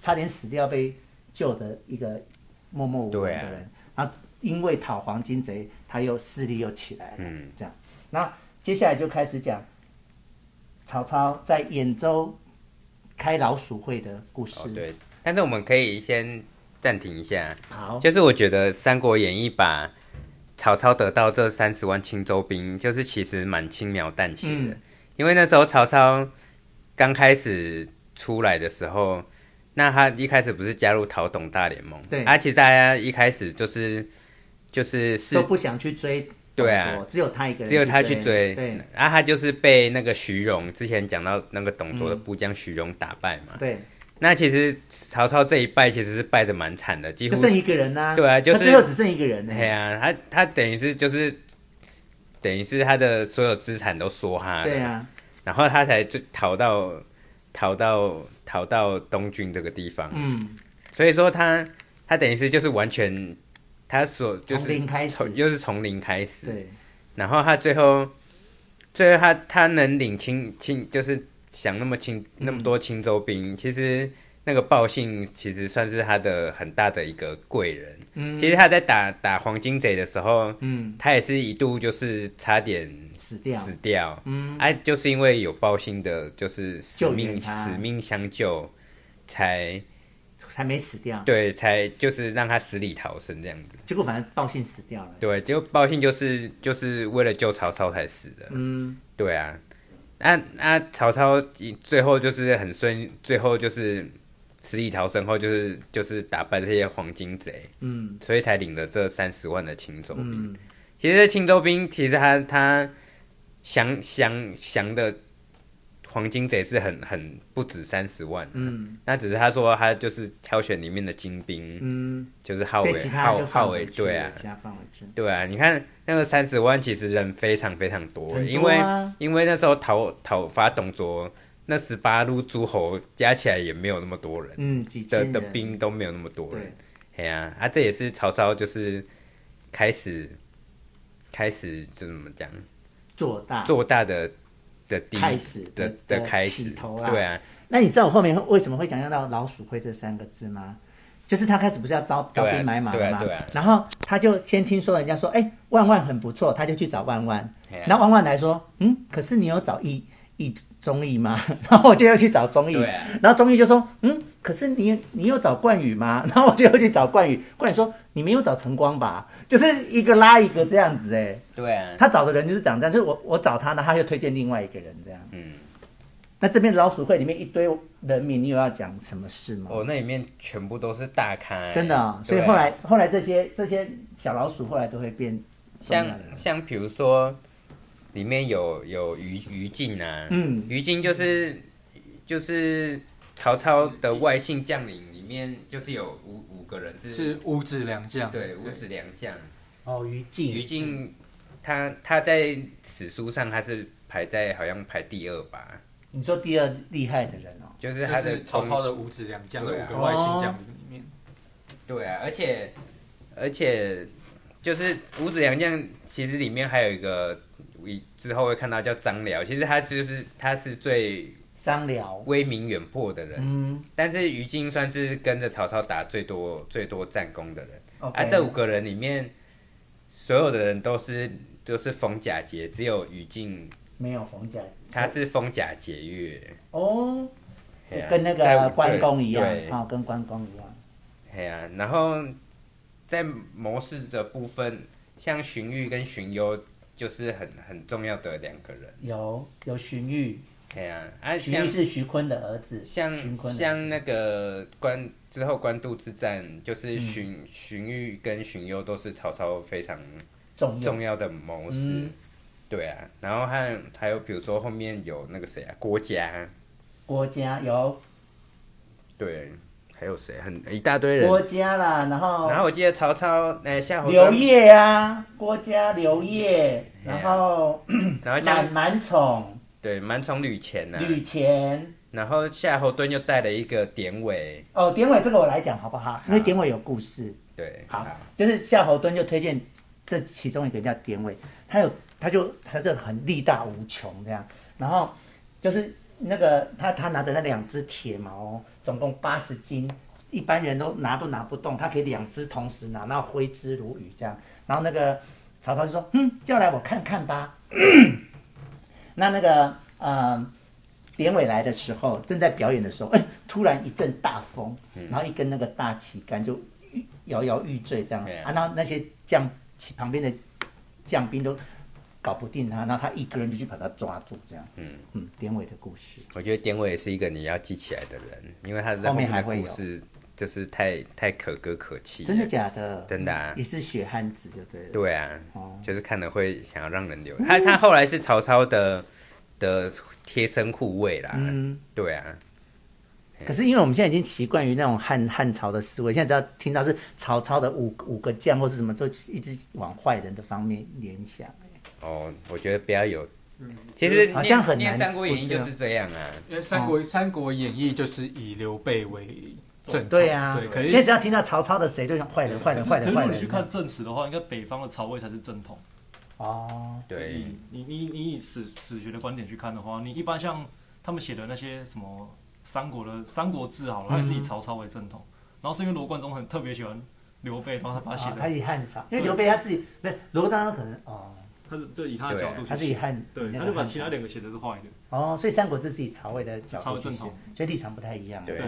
S1: 差点死掉被救的一个默默无闻的
S2: 对啊
S1: 人，然后因为讨黄金贼，他又势力又起来了，
S2: 嗯，
S1: 这样，那接下来就开始讲曹操在兖州开老鼠会的故事。
S2: 哦对，但是我们可以先暂停一下，啊
S1: 好，
S2: 就是我觉得《三国演义》把曹操得到这三十万青州兵，就是其实蛮轻描淡写的，
S1: 嗯
S2: 因为那时候曹操刚开始出来的时候，那他一开始不是加入讨董大联盟？
S1: 对
S2: 啊，其实大家一开始就是就是是
S1: 都不想去追董卓，
S2: 对啊
S1: 只有他一个人，
S2: 只有他去追，
S1: 对
S2: 啊，他就是被那个徐荣之前讲到那个董卓的
S1: 嗯
S2: 部将徐荣打败嘛。
S1: 对，
S2: 那其实曹操这一败其实是败的蛮惨的，几
S1: 就
S2: 乎
S1: 剩一个人呐、
S2: 对啊就是
S1: 他最后只剩一个人呢、
S2: 对啊，他他等于是就是等于是他的所有资产都梭哈了，
S1: 对啊，
S2: 然后他才就逃到逃到逃到东郡这个地方，
S1: 嗯，
S2: 所以说他他等于是就是完全他所就是
S1: 从零开始
S2: 从又是从零开始，
S1: 对，
S2: 然后他最后，最后他他能领青青，就是想那么
S1: 嗯
S2: 青那么多青州兵，其实那个报信其实算是他的很大的一个贵人。
S1: 嗯
S2: 其实他在打打黄金贼的时候，
S1: 嗯，
S2: 他也是一度就是差点
S1: 死掉，
S2: 死掉，
S1: 嗯，
S2: 哎、就是因为有报信的，就是使
S1: 救援
S2: 命
S1: 他
S2: 使命相救，才
S1: 还没死掉，
S2: 对才就是让他死里逃生这样子。
S1: 结果反正报信死掉了，
S2: 对，就报信就是就是为了救曹操才死的。
S1: 嗯，
S2: 对啊，那、那曹操一最后就是很顺，最后就是死里逃生后，就是就是打败这些黄金贼，
S1: 嗯，
S2: 所以才领了这三十万的青州兵。
S1: 嗯
S2: 其实这青州兵其实他他降降降的黄金贼是很很不止三十万、啊
S1: 嗯
S2: 那只是他说他就是挑选里面的精兵，
S1: 嗯，
S2: 就是号
S1: 对，
S2: 为
S1: 其他
S2: 号
S1: 就
S2: 号
S1: 放
S2: 为
S1: 回去，
S2: 对啊，
S1: 其他放回去，
S2: 对啊，你看那个三十万，其实人非常非常多，
S1: 很
S2: 因
S1: 多
S2: 为
S1: 啊
S2: 因为那时候讨讨伐董卓那十八路诸侯加起来也没有那么多人、
S1: 嗯，几
S2: 的
S1: 千
S2: 的
S1: 人，
S2: 兵都没有那么多人
S1: 对，，
S2: 哎呀啊这也是曹操就是开始开始就怎么讲
S1: 做大，
S2: 做大的的第一
S1: 开始的
S2: 的的
S1: 的
S2: 开
S1: 起
S2: 始，
S1: 头啦
S2: 对啊，
S1: 那你知道我后面为什么会讲到“老鼠会”这三个字吗？就是他开始不是要招招
S2: 对啊
S1: 兵买马
S2: 对
S1: 了
S2: 啊
S1: 嘛
S2: 对啊，
S1: 然后他就先听说人家说，哎，万万很不错，他就去找万万，
S2: 嘿啊
S1: 然后万万来说，嗯，可是你有找艺艺综艺吗？ 然后我就要去找综艺，
S2: 对啊
S1: 然后综艺就说，嗯，可是你你有找冠宇吗？ 然后我就要去找冠宇，冠宇说你没有找晨光吧？就是一个拉一个这样子哎、
S2: 对啊，
S1: 他找的人就是长这样，就是我我找他呢，他又推荐另外一个人这样。
S2: 嗯，
S1: 那这边老鼠会里面一堆人名，你有要讲什么事吗？
S2: 哦，那里面全部都是大咖欸、
S1: 真的啊、所以
S2: 对啊
S1: 后来后来这些这些小老鼠后来都会变重要
S2: 像
S1: 的人
S2: 像比如说，里面有有于于禁啊，
S1: 嗯
S2: 于禁就是就是曹操的外姓将领里面就是有五五个人是，
S3: 是五子良将，
S2: 对五子良将，啊
S1: 哦，于静，
S2: 于
S3: 嗯
S2: 禁他他在史书上他是排在好像排第二吧，
S1: 你说第二厉害的人哦，
S2: 就是他
S3: 就
S2: 的
S3: 是曹
S2: 功
S3: 操的五子良将的
S2: 对
S3: 五
S2: 啊
S3: 个哦外姓将领里面，
S2: 对啊，而且而且就是五子良将，其实里面还有一个，一之后会看到叫张辽，其实他就是他是最
S1: 张辽，
S2: 威名远播的人，
S1: 嗯
S2: 但是于禁算是跟着曹操打最多最多战功的人。
S1: ，OK，、
S2: 啊，这五个人里面，所有的人都是都是封甲节，只有于禁
S1: 没有冯甲
S2: 他是封甲节钺，
S1: 哦，
S2: 嘿啊
S1: 跟那
S2: 在
S1: 个关公一样
S2: 对
S1: 啊、跟关公一样，
S2: 哎呀、然后在谋士的部分，像荀彧跟荀攸就是很很重要的两个人。
S1: 有有荀彧，
S2: 哎呀、啊，
S1: 荀彧
S2: 像
S1: 是徐坤的儿子，荀
S2: 像
S1: 坤的
S2: 像那个官之后官渡之战，就是
S1: 嗯
S2: 荀荀彧跟荀攸都是曹操非常
S1: 重用
S2: 重要的谋士。
S1: 嗯
S2: 对啊，然后还还有比如说后面有那个谁啊，郭嘉，
S1: 郭嘉有
S2: 对，还有谁，很一大堆人。
S1: 郭嘉啦，然后
S2: 然后我记得曹操，哎、夏侯
S1: 刘
S2: 惇，
S1: 烨啊，郭嘉、刘烨，
S2: 哎呀
S1: 然后
S2: 然后哎像嗯
S1: 满满宠、
S2: 对蛮宠吕虔呐、
S1: 吕虔。
S2: 啊然后夏侯惇又带了一个典韦，
S1: 哦，典韦这个我来讲好不好？因为典韦有故事。
S2: 对，
S1: 好，就是夏侯惇就推荐这其中一个叫典韦，他有他就他这很力大无穷这样，然后就是那个他他拿的那两只铁矛哦，总共八十斤，一般人都拿都拿不动，他可以两只同时拿，然后挥之如雨这样。然后那个曹操就说：“嗯，叫来我看看吧。 那那个呃，典韦来的时候，正在表演的时候，哎，突然一阵大风，
S2: 嗯
S1: 然后一根那个大旗杆就摇摇欲坠这样
S2: 对啊
S1: 啊，然后那些将旗旁边的将兵都搞不定他，然后他一个人就去把他抓住这样。嗯嗯，典韦的故事。
S2: 我觉得典韦也是一个你要记起来的人，因为他在
S1: 后面还
S2: 的
S1: 会有
S2: 故事就是太太可歌可泣了，
S1: 真的假的？嗯
S2: 真的啊
S1: 也是血汗子就对了。
S2: 对啊，
S1: 哦
S2: 就是看了会想要让人流。他他后来是曹操的的贴身护卫啦，
S1: 嗯
S2: 对啊，
S1: 可是因为我们现在已经习惯于那种汉汉朝的思维，现在只要听到是曹操的五五个将或是什么，就一直往坏人的方面联想。
S2: 哦，我觉得不要有，其实
S1: 嗯好
S2: 念
S1: 像很
S2: 念
S1: 难
S2: 《三国演义》
S1: 不知
S2: 就
S1: 道
S2: 是这样啊，
S3: 因为《三
S1: 哦
S3: 国三国演义》就是以刘备为正统，
S1: 对啊，
S3: 对，可
S1: 现在
S3: 是
S1: 只要听到曹操的谁，就想坏人、坏
S6: 可
S1: 人、
S6: 是
S1: 坏
S6: 可是
S1: 人、
S6: 如
S1: 坏
S6: 果你去
S1: 人。
S6: 看正史的话，应该北方的曹魏才是正统。
S1: 哦，
S2: 对，
S6: 你你你你以史史学的观点去看的话，你一般像他们写的那些什么三国的《三国志》好了，它也是
S1: 嗯
S6: 以曹操为正统，然后是因为罗贯中很特别喜欢刘备，然后他把他写
S1: 啊
S6: 的，
S1: 他以汉朝，因为
S6: 对
S1: 刘备他自己不是罗贯中可能哦，
S6: 他是就以他的
S2: 对
S6: 角
S2: 啊
S6: 度去
S1: 他是以
S6: 写，
S1: 汉
S6: 对，
S1: 那
S6: 他
S1: 个
S6: 就把
S1: 汉
S6: 其他两个写的是坏的，
S1: 哦，所以《三国志》是以曹魏的角
S6: 曹
S1: 度
S6: 魏
S1: 去
S6: 正
S1: 写
S6: 统，
S1: 所以立场不太一样。
S2: 对
S6: 对，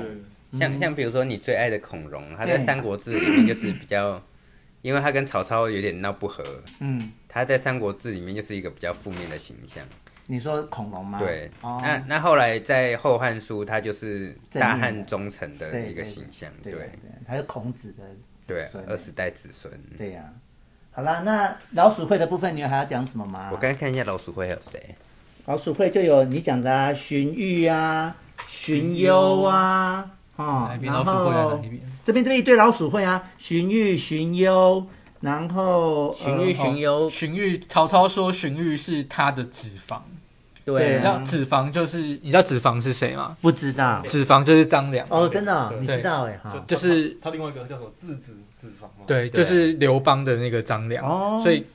S2: 像像比如说你最爱的孔融，他在
S1: 嗯对
S2: 《三国志》里面就是 比较，因为他跟曹操有点闹不和，
S1: 嗯，
S2: 他在《三国志》里面就是一个比较负面的形象。
S1: 你说恐龙吗？
S2: 对，啊
S1: 哦，
S2: 那那后来在《后汉书》，他就是
S1: 正面
S2: 大
S1: 的
S2: 汉忠臣的
S1: 对
S2: 一
S1: 对
S2: 个形象，
S1: 对
S2: 对
S1: 对，还是孔子的
S2: 对
S1: 子，孙啊
S2: 二十代子孙。
S1: 对呀、好啦，那老鼠会的部分，你们还要讲什么吗？
S2: 我刚才看一下老鼠会还有谁？
S1: 老鼠会就有你讲的啊，荀彧啊，荀攸啊，哦
S3: 哪，一边
S1: 然
S3: 老鼠会啊
S1: 后
S3: 哪一边？
S1: 这边这边一堆老鼠会啊，荀彧、荀攸，然后呃哦
S2: 荀彧、荀
S1: 攸，
S2: 攸，
S3: 荀彧，曹操说荀彧是他的子房，
S1: 对
S3: 你知
S1: 啊
S3: 道子房就是你知道子房是谁吗？
S1: 不知道
S3: 子房就是张良，
S1: 哦，真的哦
S6: 对
S1: 你知道哎哈，
S3: 就是
S6: 他另外一个叫什么自子自方嘛，
S3: 对，
S2: 对
S3: 就
S2: 啊
S3: 是刘邦的那个张良，
S1: 哦
S3: 所以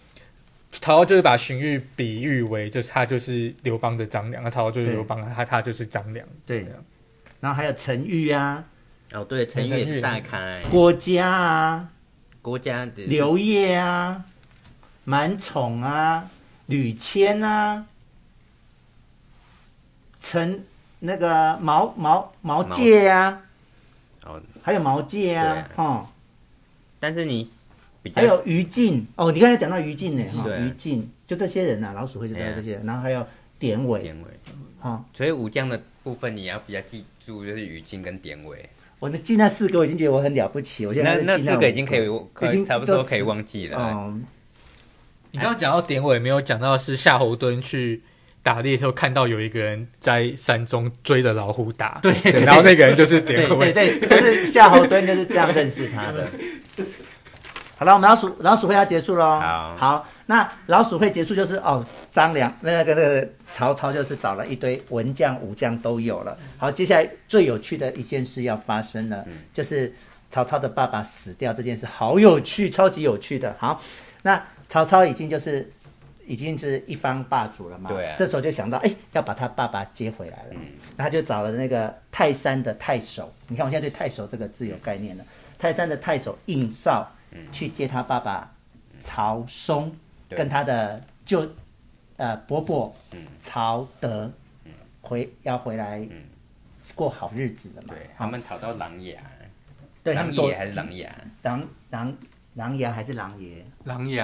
S3: 曹操就是把荀彧比喻为，就是他就是刘啊邦的张良，那曹操就是
S1: 对
S3: 刘邦，他他就是张良，
S1: 对，然后还有陈玉啊，
S7: 哦，对，成语也是大开，
S1: 郭嘉啊、
S7: 国家的
S1: 刘烨啊、满宠啊、吕谦啊、陈那个毛毛毛介啊，
S2: 哦，
S1: 还有毛介啊，
S7: 对
S1: 哦，
S2: 但是你比较
S1: 还有于静哦，你刚才讲到于静呢，哈，
S7: 对啊
S1: 于静就这些人呐、啊，老鼠会就知道
S2: 对啊
S1: 这些人，然后还有典
S2: 典
S1: 韦
S2: 韦，
S1: 哈、哦，
S2: 所以武将的部分你要比较记住就是于禁跟典韦，
S1: 我的记那四个我已经觉得我很了不起，我现
S2: 那
S1: 在在
S2: 那
S1: 记
S2: 四个
S1: 五
S2: 已经可以可
S1: 已
S2: 以
S1: 经
S2: 差不
S1: 都
S2: 多
S1: 是
S2: 可以忘记了。
S1: 嗯，
S3: 你刚刚讲到典韦，没有讲到是夏侯惇去打猎的时候，看到有一个人在山中追着老虎打，对，然后那个人就是典
S1: 对对
S3: 韦。
S1: 对，就是夏侯惇就是这样认识他的。好了，我们老鼠老鼠会要结束喽。
S2: 好
S1: 那老鼠会结束就是哦，张良那个那个曹操就是找了一堆文将武将都有了。好，接下来最有趣的一件事要发生了，就是曹操的爸爸死掉这件事，好有趣，超级有趣的。好，那曹操已经就是已经是一方霸主了嘛，
S2: 对啊嗯
S1: 这时候就想到，哎，要把他爸爸接回来了，那他就找了那个泰山的太守，你看我现在对太守这个字有概念了，泰山的太守应绍去接他爸爸曹嵩，
S2: 嗯对
S1: 跟他的舅呃伯伯
S2: 嗯
S1: 曹德回要回来过好日子的嘛，
S2: 对
S1: 好
S2: 他们逃到琅琊，
S1: 对他
S2: 琅
S1: 们躲
S2: 琊还是琅琊？
S1: 琅琅琅琊还是琅琊？
S3: 琅琊，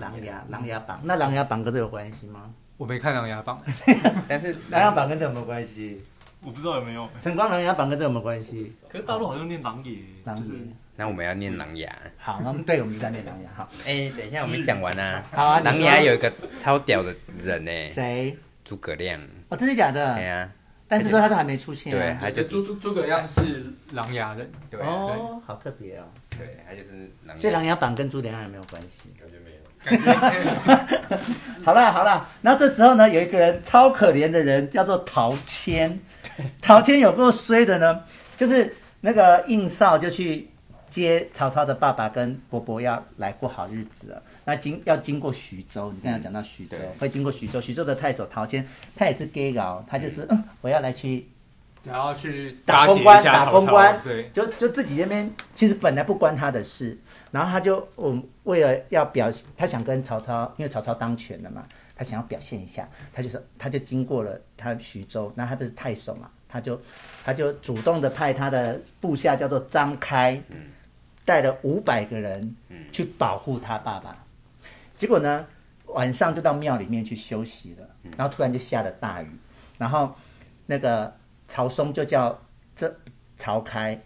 S1: 琅琊琅琊榜，那琅琊榜跟这有关系吗？
S3: 我没看《琅琊榜》，
S1: 哎
S2: 但是
S1: 琅琊榜跟这有没有关系？
S6: 我不知道有没有。
S1: 晨光琅琊榜跟这有没有关系？
S6: 可是大陆好像念狼野，
S1: 琅
S6: 就是
S1: 琊。
S2: 那我们要念琅琊。
S1: 好，那我们对我们在念琅琊。好，
S2: 哎，等一下我们讲完啊。
S1: 好啊，你说
S2: 琅琊有一个超屌的人呢，
S1: 谁？
S2: 诸葛亮。
S1: 哦，真的假
S2: 哎
S1: 的？
S2: 呀，
S1: 但是说他都还没出现
S2: 对，
S1: 啊。
S2: 他就
S3: 诸
S2: 是
S3: 诸诸葛亮是琅琊人，
S2: 对
S1: 哦，好特别哦。
S2: 对，他就是琅
S1: 所以
S2: 琊
S1: 琅。琊榜跟诸葛亮也没有关系。
S4: 感觉没有。
S1: 好啦好啦，然后这时候呢，有一个人超可怜的人叫做陶谦，陶谦有够衰的呢，就是那个应绍就去接曹操的爸爸跟伯伯要来过好日子了。那经要经过徐州，你刚才讲到徐州、
S2: 对
S1: 会经过徐州，徐州的太守陶谦他也是 gay 佬，他就是嗯我要来去
S3: 然后去
S1: 打
S3: 巴结
S1: 公关
S3: 一下
S1: 打
S3: 曹
S1: 公
S3: 操
S1: 关
S3: 对，
S1: 就就自己那边其实本来不关他的事，然后他就嗯为了要表现，他想跟曹操，因为曹操当权了嘛，他想要表现一下，他就说他就经过了他徐州，那他这是太守嘛，他就他就主动的派他的部下叫做张开，带了五百个人去保护他爸爸，结果呢晚上就到庙里面去休息了，然后突然就下了大雨，然后那个曹嵩就叫这曹开、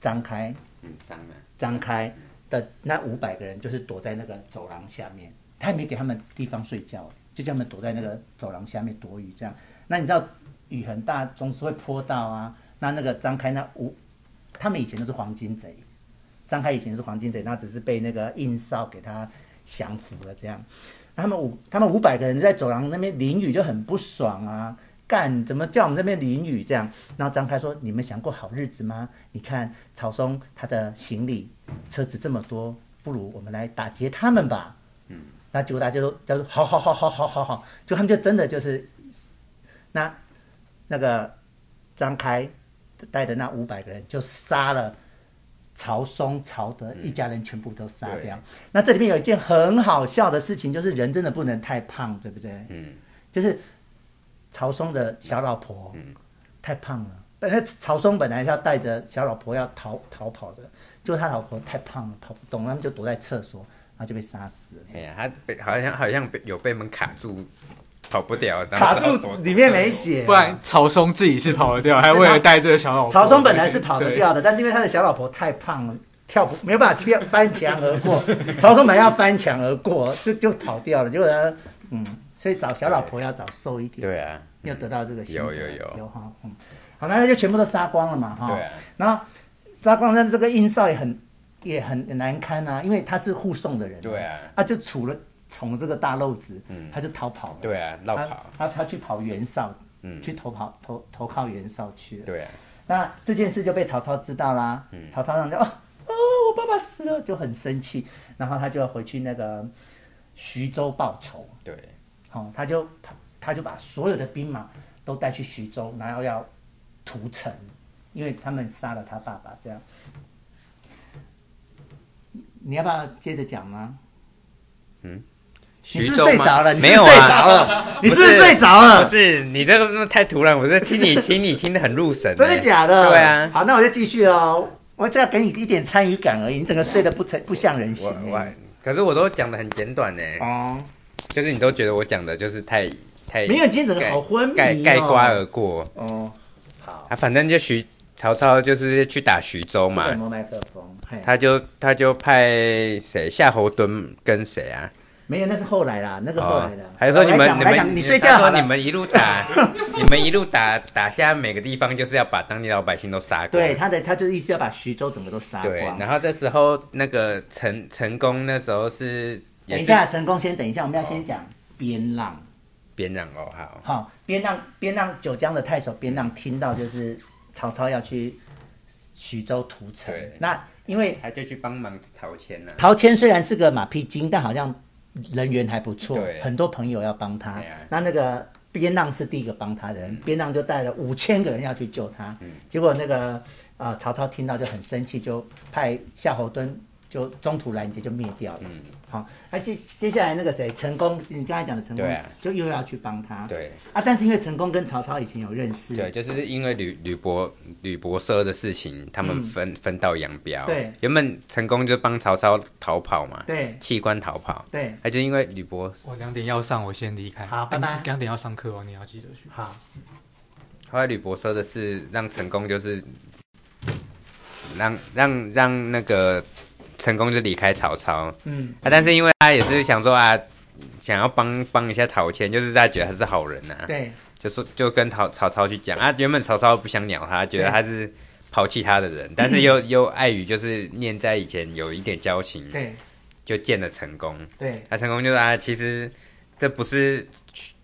S1: 张开、
S2: 嗯，张啊，
S1: 张开的那五百个人，就是躲在那个走廊下面，他也没给他们地方睡觉，就叫他们躲在那个走廊下面躲雨这样。那你知道雨很大，总是会泼到啊。那那个张开那五，他们以前都是黄金贼，张开以前是黄金贼，那只是被那个应少给他降服了这样。他们五他们五百个人在走廊那边淋雨就很不爽啊，干怎么叫我们这边淋雨这样？然后张开说：“你们想过好日子吗？你看曹嵩他的行李车子这么多，不如我们来打劫他们吧。”嗯，那结果大家就叫说：“好好好好好好好。”就他们就真的就是那那个张开带着那五百个人就杀了。曹嵩、曹德一家人全部都杀掉，那这里面有一件很好笑的事情，就是人真的不能太胖，对不对？
S2: 嗯，
S1: 就是曹嵩的小老婆，太胖了。本来曹嵩本来是要带着小老婆要逃逃跑的，就他老婆太胖了，跑不动，他们就躲在厕所，然后就被杀死了。
S2: 哎呀，他被好像好像被有被门卡住，跑不掉，然后
S1: 卡
S2: 只好
S1: 住
S2: 躲
S1: 里面没写，
S3: 不然曹嵩自己是跑得掉，还为了带这个小老婆。
S1: 曹嵩本来是跑得
S3: 对
S1: 掉的，但是因为他的小老婆太胖了，跳不没有办法跳翻墙而过。曹嵩本来要翻墙而过，就就跑掉了。结果他嗯，所以找小老婆要找瘦一点。
S2: 对啊，
S1: 又得到这个心得
S2: 有有有
S1: 有哈，嗯，好，那就全部都杀光了嘛哈。
S2: 对啊。
S1: 然后杀光，但这个殷少也很也很难堪啊，因为他是护送的人、
S2: 对啊，嗯
S1: 啊就杵了捅这个大漏子，他就逃跑了。
S2: 对啊，绕
S1: 他
S2: 跑，
S1: 他他去跑袁绍，
S2: 嗯
S1: 去投跑投投靠袁绍去了。
S2: 对嗯啊，
S1: 那这件事就被曹操知道啦，曹操让就哦哦，我爸爸死了，就很生气，然后他就要回去那个徐州报仇。
S2: 对，
S1: 哦，他就他就把所有的兵马都带去徐州，然后要屠城，因为他们杀了他爸爸，这样。你要不要接着讲吗？
S2: 嗯
S1: 你是不是睡着了？你是
S2: 没
S1: 不
S2: 有
S1: 是
S2: 啊
S1: 睡着了？你是不是睡着
S2: 不
S1: 了？
S2: 是你这个那么太突然，我在听你听你听得很入神欸、
S1: 真的假的？
S2: 对啊
S1: 好，那我就继续哦。我只要给你一点参与感而已，你整个睡得不成不像人形
S2: 我。我可是我都讲的很简短呢、
S1: 哦，
S2: 就是你都觉得我讲的就是太太
S1: 没有，今天整个
S2: 盖
S1: 好昏迷、哦、
S2: 盖盖瓜而过
S1: 哦，
S2: 啊，反正就徐曹操就是去打徐州嘛，
S1: 什么麦克风？嘿
S2: 他就他就派谁夏侯惇跟谁啊？
S1: 没有，那是后来啦，那个后来的。
S2: 哦还是说你
S1: 我来
S2: 们
S1: 讲我
S2: 你
S1: 来讲
S2: 们
S1: 你睡觉
S2: 他
S1: 好
S2: 说
S1: 了
S2: 你们一路打 你们一路打打下每个地方，就是要把当地老百姓都杀光。
S1: 对他的，他就意思要把徐州整个都杀
S2: 对，
S1: 光。哦
S2: 然后这时候那个陈陈宫那时候是
S1: 等
S2: 也
S1: 一
S2: 是
S1: 下，陈功先等一下，我们要先讲边浪。
S2: 边让哦，好，
S1: 好，边让边让九江的太守边让听到就是曹操要去徐州屠城
S2: 对，
S1: 那因为
S2: 他就去帮忙陶谦了。
S1: 陶谦虽然是个马屁精，但好像人缘还不错
S2: 对，
S1: 很多朋友要帮他
S2: 对啊。
S1: 那那个边浪是第一个帮他的人，
S2: 嗯
S1: 边浪就带了五千个人要去救他。结果那个呃曹操听到就很生气，就派夏侯惇就中途拦截就灭掉了。
S2: 嗯
S1: 好，而且接下来那个谁，陈宫，你刚才讲的陈宫
S2: 对啊，
S1: 就又要去帮他。
S2: 对
S1: 啊，但是因为陈宫跟曹操以前有认识，
S2: 对，就是因为吕吕伯吕伯奢的事情，他们分、分道扬镳。
S1: 对，
S2: 原本陈宫就帮曹操逃跑嘛，
S1: 对
S2: 弃官逃跑。
S1: 对，
S2: 他就因为吕伯
S3: 我两点要上，我先离开。
S1: 好拜拜
S3: 哎你两点要上课哦，你要记得去。
S1: 好，
S2: 后来吕伯奢的事，让成功就是让让让那个成功就离开曹操
S1: 嗯，
S2: 啊，但是因为他也是想说啊，想要帮帮一下陶谦，就是他觉得他是好人呐、啊，
S1: 对
S2: 就是就跟曹曹操去讲啊，原本曹操不想鸟他，觉得他是抛弃他的人，但是又又碍于就是念在以前有一点交情，
S1: 对
S2: 就见了成功，
S1: 对
S2: 他成功就是啊，其实这不是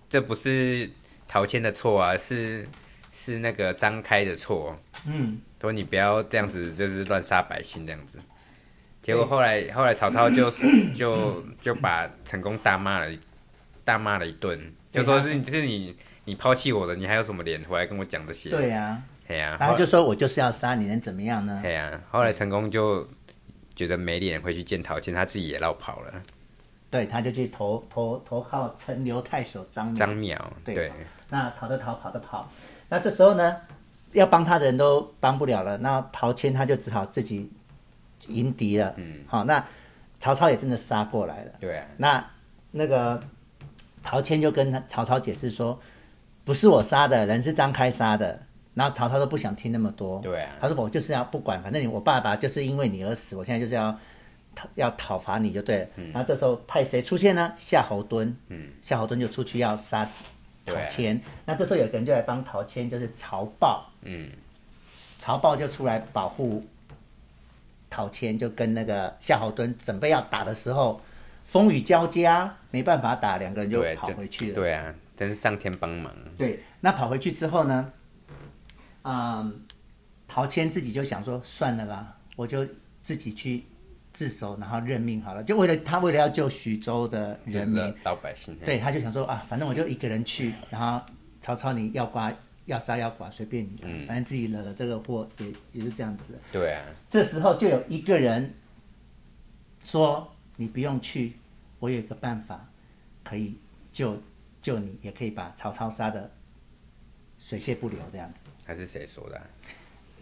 S2: 这不是陶谦的错啊，是是那个张开的错。
S1: 嗯，
S2: 说你不要这样子，就是乱杀百姓这样子。结果后来后来曹操就就就把成功大骂了一大骂了一顿，就
S1: 对
S2: 说
S1: 他
S2: 是是你你抛弃我的，你还有什么脸回来跟我讲这些？
S1: 对啊，
S2: 嘿呀、
S1: 然后
S2: 后
S1: 就说我就是要杀你，能怎么样呢？
S2: 嘿呀、后来成功就觉得没脸回去见陶谦，他自己也绕跑了。
S1: 对，他就去投投投靠陈留太守张
S2: 张
S1: 张，
S2: 邈
S1: 嗯对
S2: 对
S1: 那逃的逃，跑的跑。那这时候呢，要帮他的人都帮不了了，那陶谦他就只好自己迎敌了。嗯，好，那曹操也真的杀过来了。
S2: 对啊，
S1: 那那个陶谦就跟他曹操解释说，不是我杀的，人是张开杀的。然后曹操都不想听那么多，
S2: 对啊
S1: 他说我就是要不管，反正你我爸爸就是因为你而死，我现在就是要讨要讨伐你就对了。然后这时候派谁出现呢？夏侯惇，嗯，夏侯惇就出去要杀陶
S2: 对啊
S1: 谦。那这时候有个人就来帮陶谦，就是曹豹，
S2: 嗯。
S1: 曹豹就出来保护陶谦，就跟那个夏侯惇准备要打的时候，风雨交加，没办法打，两个人就
S2: 对
S1: 跑
S2: 就
S1: 回去了。
S2: 对啊，真是上天帮忙。
S1: 对，那跑回去之后呢，嗯，陶谦自己就想说，算了啦，我就自己去自首，然后认命好了。就为了他为了要救徐州的人民，
S2: 老百姓，
S1: 对，他就想说啊，反正我就一个人去，然后曹操你要刮要杀要剐随便你，反正自己惹了这个祸也也是这样子。
S2: 对啊，
S1: 这时候就有一个人说：“你不用去，我有一个办法可以救救你，也可以把曹操杀的水泄不流。”这样子，
S2: 还是谁说的啊？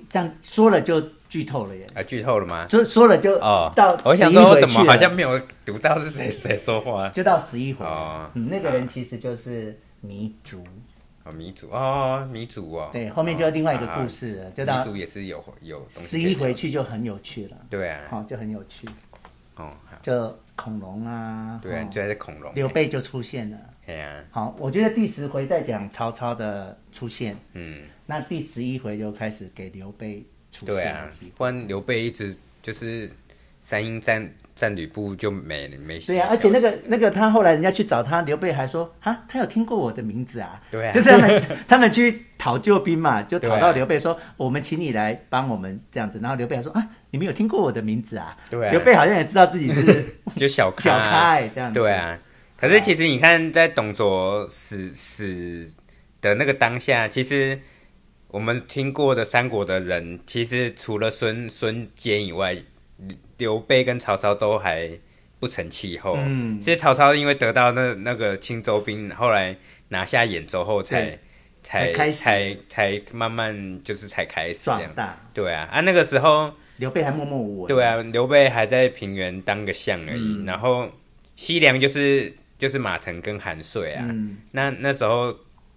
S1: 这样说了就剧透了耶，
S2: 啊剧透了吗？
S1: 就说了就
S2: 哦，
S1: 到
S2: 我想
S1: 十一
S2: 说，
S1: 回去
S2: 我怎么好
S1: 了
S2: 像没有读到是谁谁说话？
S1: 就到十一回了、
S2: 哦
S1: 嗯。那个人其实就是糜竺，
S2: 哦，米祖哦，米祖哦，
S1: 对，后面就另外一个故事了，就
S2: 哦，啊
S1: 到
S2: 米祖也是有有东西
S1: 十一
S2: 可以
S1: 回
S2: 聊，
S1: 去就很有趣了，
S2: 对啊，
S1: 好、就很有趣，
S2: 哦，好
S1: 就恐龙啊，
S2: 对啊，
S1: 哦
S2: 你就在恐龙，
S1: 刘备就出现了。
S2: 哎呀，
S1: 好，我觉得第十回再讲曹操的出现，
S2: 嗯，
S1: 那第十一回就开始给刘备出现
S2: 对
S1: 的
S2: 啊
S1: 机会。，
S2: 不然刘备一直就是三英战战吕布就没没
S1: 对啊，而且那个那个他后来人家去找他，刘备还说啊，他有听过我的名字啊。
S2: 对啊
S1: 就是他们 他们去讨救兵嘛，就讨
S2: 对
S1: 到
S2: 啊
S1: 刘备说，我们请你来帮我们这样子。然后刘备还说啊，你们有听过我的名字啊？
S2: 对啊
S1: 刘备好像也知道自己是
S2: 就小
S1: 小
S2: 啊
S1: 开这样子。
S2: 对，啊，可是其实你看，在董卓死死的那个当下，其实我们听过的三国的人，其实除了孙孙坚以外，刘备跟曹操都还不成气候。
S6: 嗯
S2: 其实曹操因为得到那那个青州兵，后来拿下兖州后才
S1: 对
S2: 才
S1: 才开始
S2: 才才慢慢就是才开始这
S1: 壮
S2: 样。
S1: 大。
S2: 对啊，啊那个时候
S1: 刘备还默默无闻。
S2: 对，啊，刘备还在平原当个相而
S1: 嗯
S2: 已，然后西凉就是就是马腾跟韩遂啊，
S1: 嗯
S2: 那那时候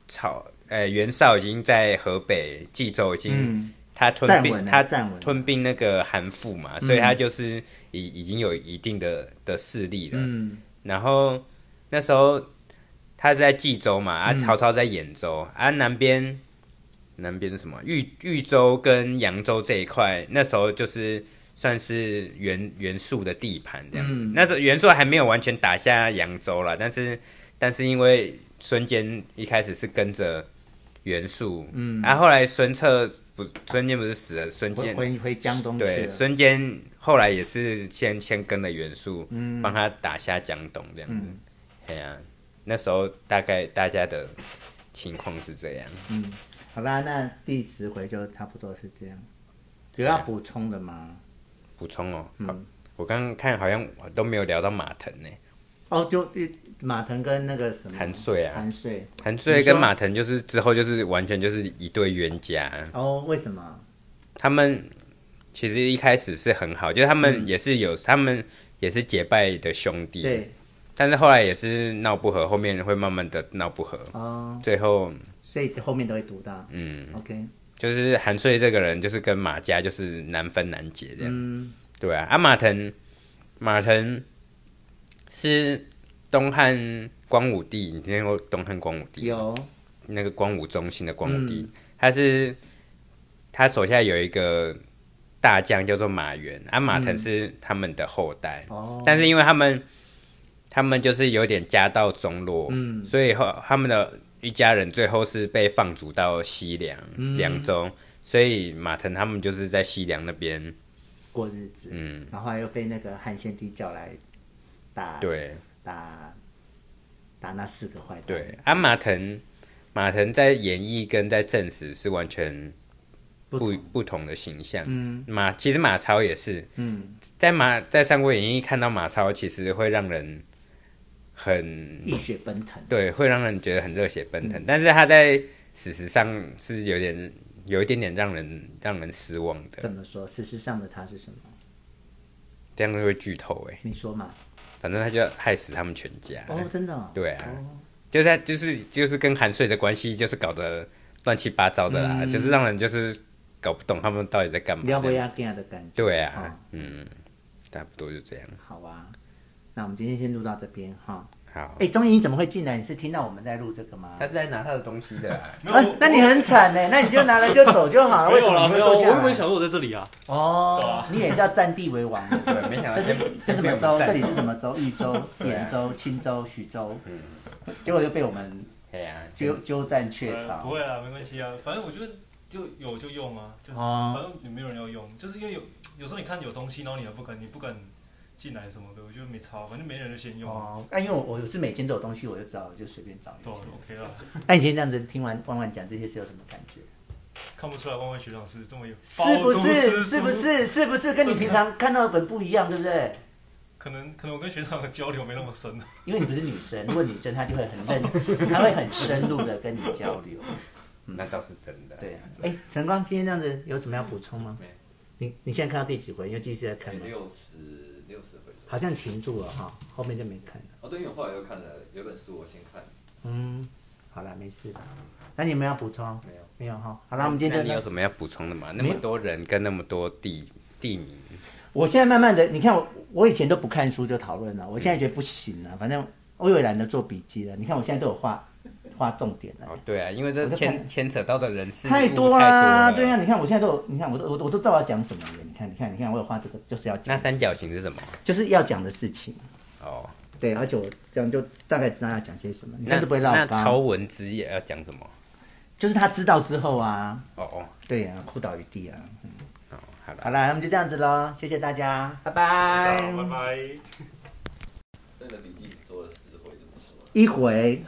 S2: 曹呃袁绍已经在河北冀州已经、
S1: 嗯，
S2: 他吞
S1: 站
S2: 并
S1: 稳啊嗯
S2: 他
S1: 站稳
S2: 吞并那个韩馥嘛，所以他就是已已经有一定的的势力了。
S1: 嗯，
S2: 然后那时候他是在冀州嘛，啊，曹操在兖州，啊，南边南边是什么？豫豫州跟扬州这一块，那时候就是算是袁袁术的地盘这样子。那时候袁术还没有完全打下扬州啦，但是但是因为孙坚一开始是跟着袁术，嗯，啊，后来孙策不，孙坚不是死了，孙
S1: 回
S2: 坚
S1: 回回江东去
S2: 对，
S1: 了。
S2: 孙坚后来也是先先跟了袁术，
S1: 嗯
S2: 帮他打下江东这样子。哎呀、那时候大概大家的情况是这样。
S1: 好啦，那第十回就差不多是这样。有
S2: 啊
S1: 要补充的吗？
S2: 补充哦，
S1: 嗯
S2: 好我刚刚看好像都没有聊到马腾呢，
S1: 哦，就马腾跟那个什么
S2: 韩遂啊
S1: 嗯韩遂。
S2: 韩遂跟
S1: 你说
S2: 马腾就是之后就是完全就是一对冤家。
S1: 哦，为什么？
S2: 他们其实一开始是很好，就是他们也是有、他们也是结拜的兄弟，
S1: 嗯对，
S2: 但是后来也是闹不和，后面会慢慢的闹不和，
S1: 哦，
S2: 最后
S1: 所以后面都会读到。
S2: 嗯。
S1: OK，
S2: 就是韩遂这个人，就是跟马家就是难分难解这样，
S1: 嗯，
S2: 对啊。啊，马腾，马腾是东汉光武帝，你听过东汉光武帝吗？
S1: 有，嗯
S2: 那个光武中心的光武帝，他是他手下有一个大将叫做马援，啊，马
S1: 嗯
S2: 腾是他们的后代，
S1: 哦
S2: 但是因为他们他们就是有点家道中落，嗯，所以后他们的一家人最后是被放逐到西凉
S1: 嗯
S2: 凉州，所以马腾他们就是在西凉那边，
S1: 过日子，
S2: 嗯，
S1: 然后又被那个汉献帝叫来打，
S2: 对
S1: 打打那四个坏蛋。
S2: 对，，啊，马腾马腾在演义跟在正史是完全
S1: 不
S2: 不
S1: 同
S2: 不同的形象。
S1: 嗯
S2: 马其实马超也是
S1: 嗯，
S2: 在马在《三国演义》看到马超，其实会让人很
S1: 浴血奔腾。
S2: 对，会让人觉得很热血奔
S1: 嗯
S2: 腾。但是他在史实上是有点有一点点让人让人失望的
S1: 怎，么说？事实上的他是什么？
S2: 这样就会剧透哎、
S1: 你说嘛？
S2: 反正他就害死他们全家，
S1: 哦，真的、哦。
S2: 对啊
S1: 哦
S2: 就是他就是就是跟韩遂的关系就是搞得乱七八糟的啦，
S1: 嗯
S2: 就是让人就是搞不懂他们到底在干嘛。
S1: 撩拨压根的感觉。
S2: 对啊，
S1: 哦
S2: 嗯，差不多就这样。
S1: 好啊，那我们今天先录到这边哈。
S2: 好，
S1: 哎，钟怡你怎么会进来？你是听到我们在录这个吗？
S2: 是在拿他的东西的、
S6: 没有
S1: 啊
S6: 我，
S1: 那你很惨呢，那你就拿来就走就好了，
S6: 没
S1: 为什
S6: 有
S1: 么
S6: 啦，
S1: 你会
S6: 没有，
S1: 坐
S6: 我
S1: 下
S6: 原本
S1: 来？
S6: 想说我在这里啊，对
S1: 哦
S6: 啊，
S1: 你也是要占地为 王的。
S2: 对，没想到
S1: 这是
S2: 先
S1: 这是什么
S2: 先
S1: 州？
S2: 被我们
S1: 这
S2: 占
S1: 里是什么州？豫州、
S2: 对啊
S1: 兖州、青州、徐州，
S6: 嗯
S1: 结果就被我们
S2: 哎呀，
S1: 鸠鸠占鹊
S6: 呃不
S1: 巢。
S6: 会啦，没关系啊，反正我觉得就有就用啊，就是
S1: 哦
S6: 反正也没有人要用，就是因为有有时候你看有东西，然后你还不敢，你不敢进来什么的，我觉得没差，反正没人就先用啊，
S1: 哦，那因为我我是每间都有东西，我就知道，我就随便找一
S6: 对啊
S1: 间。
S6: ，OK 啦，
S1: 那你今天这样子听完万万讲这些是有什么感觉？
S6: 看不出来万万学长是这么有，
S1: 是 不是？
S6: 饱读诗
S1: 是
S6: 书
S1: 不？是？是不是跟你平常看到的本不一样，对不对？
S6: 可能可能我跟学长的交流没那么深，啊
S1: 因为你不是女生，如果女生她就会很认，她会很深入的跟你交流。
S3: 嗯
S2: 那倒是真的。
S1: 对啊，哎，晨光今天这样子有什么要补充吗？你你现在看到第几回？你又继续在看吗？
S4: 六十六十回左右。
S1: 好像停住了哈，后面就没看了。
S4: 哦，对，因为我后来又看了有本书，我先看。
S1: 嗯，好了，没事了。那你们要补充？
S4: 没有，
S1: 没有哈。好了，我们今
S2: 那
S1: 天
S2: 你
S1: 就
S2: 有
S1: 到。
S2: 什么要补充的吗？那
S1: 没
S2: 么
S1: 有
S2: 多人跟那么多地地名，
S1: 我现在慢慢的，你看我，我以前都不看书就讨论了，我现在觉得不行啊了，反正我也懒得做笔记了。你看我现在都有画画重点了。
S2: 哦，对啊，因为这
S1: 我在
S2: 牵
S1: 看
S2: 牵扯到的人事
S1: 太
S2: 物
S1: 多
S2: 太
S1: 啦，
S2: 多
S1: 对啊呀、
S2: 了。
S1: 你看我现在都有，你看我都我都我都知道要讲什么了。你看，你看，你看，我有画这个就是要讲
S2: 那三角形是什么？
S1: 就是要讲的事情，
S2: 哦，
S1: 对，而且我这样就大概知道要讲些什么，你
S2: 那
S1: 看都不会绕
S2: 那超
S1: 纲。
S2: 文之夜要讲什么？
S1: 就是他知道之后啊，
S2: 哦哦，
S1: 对呀、啊，哭倒一地啊。
S2: 好，好了
S1: 好。啦，那么就这样子喽，谢谢大家，拜拜，
S6: 好拜拜。
S4: 真的笔记只做了十回，怎么说？
S1: 一回。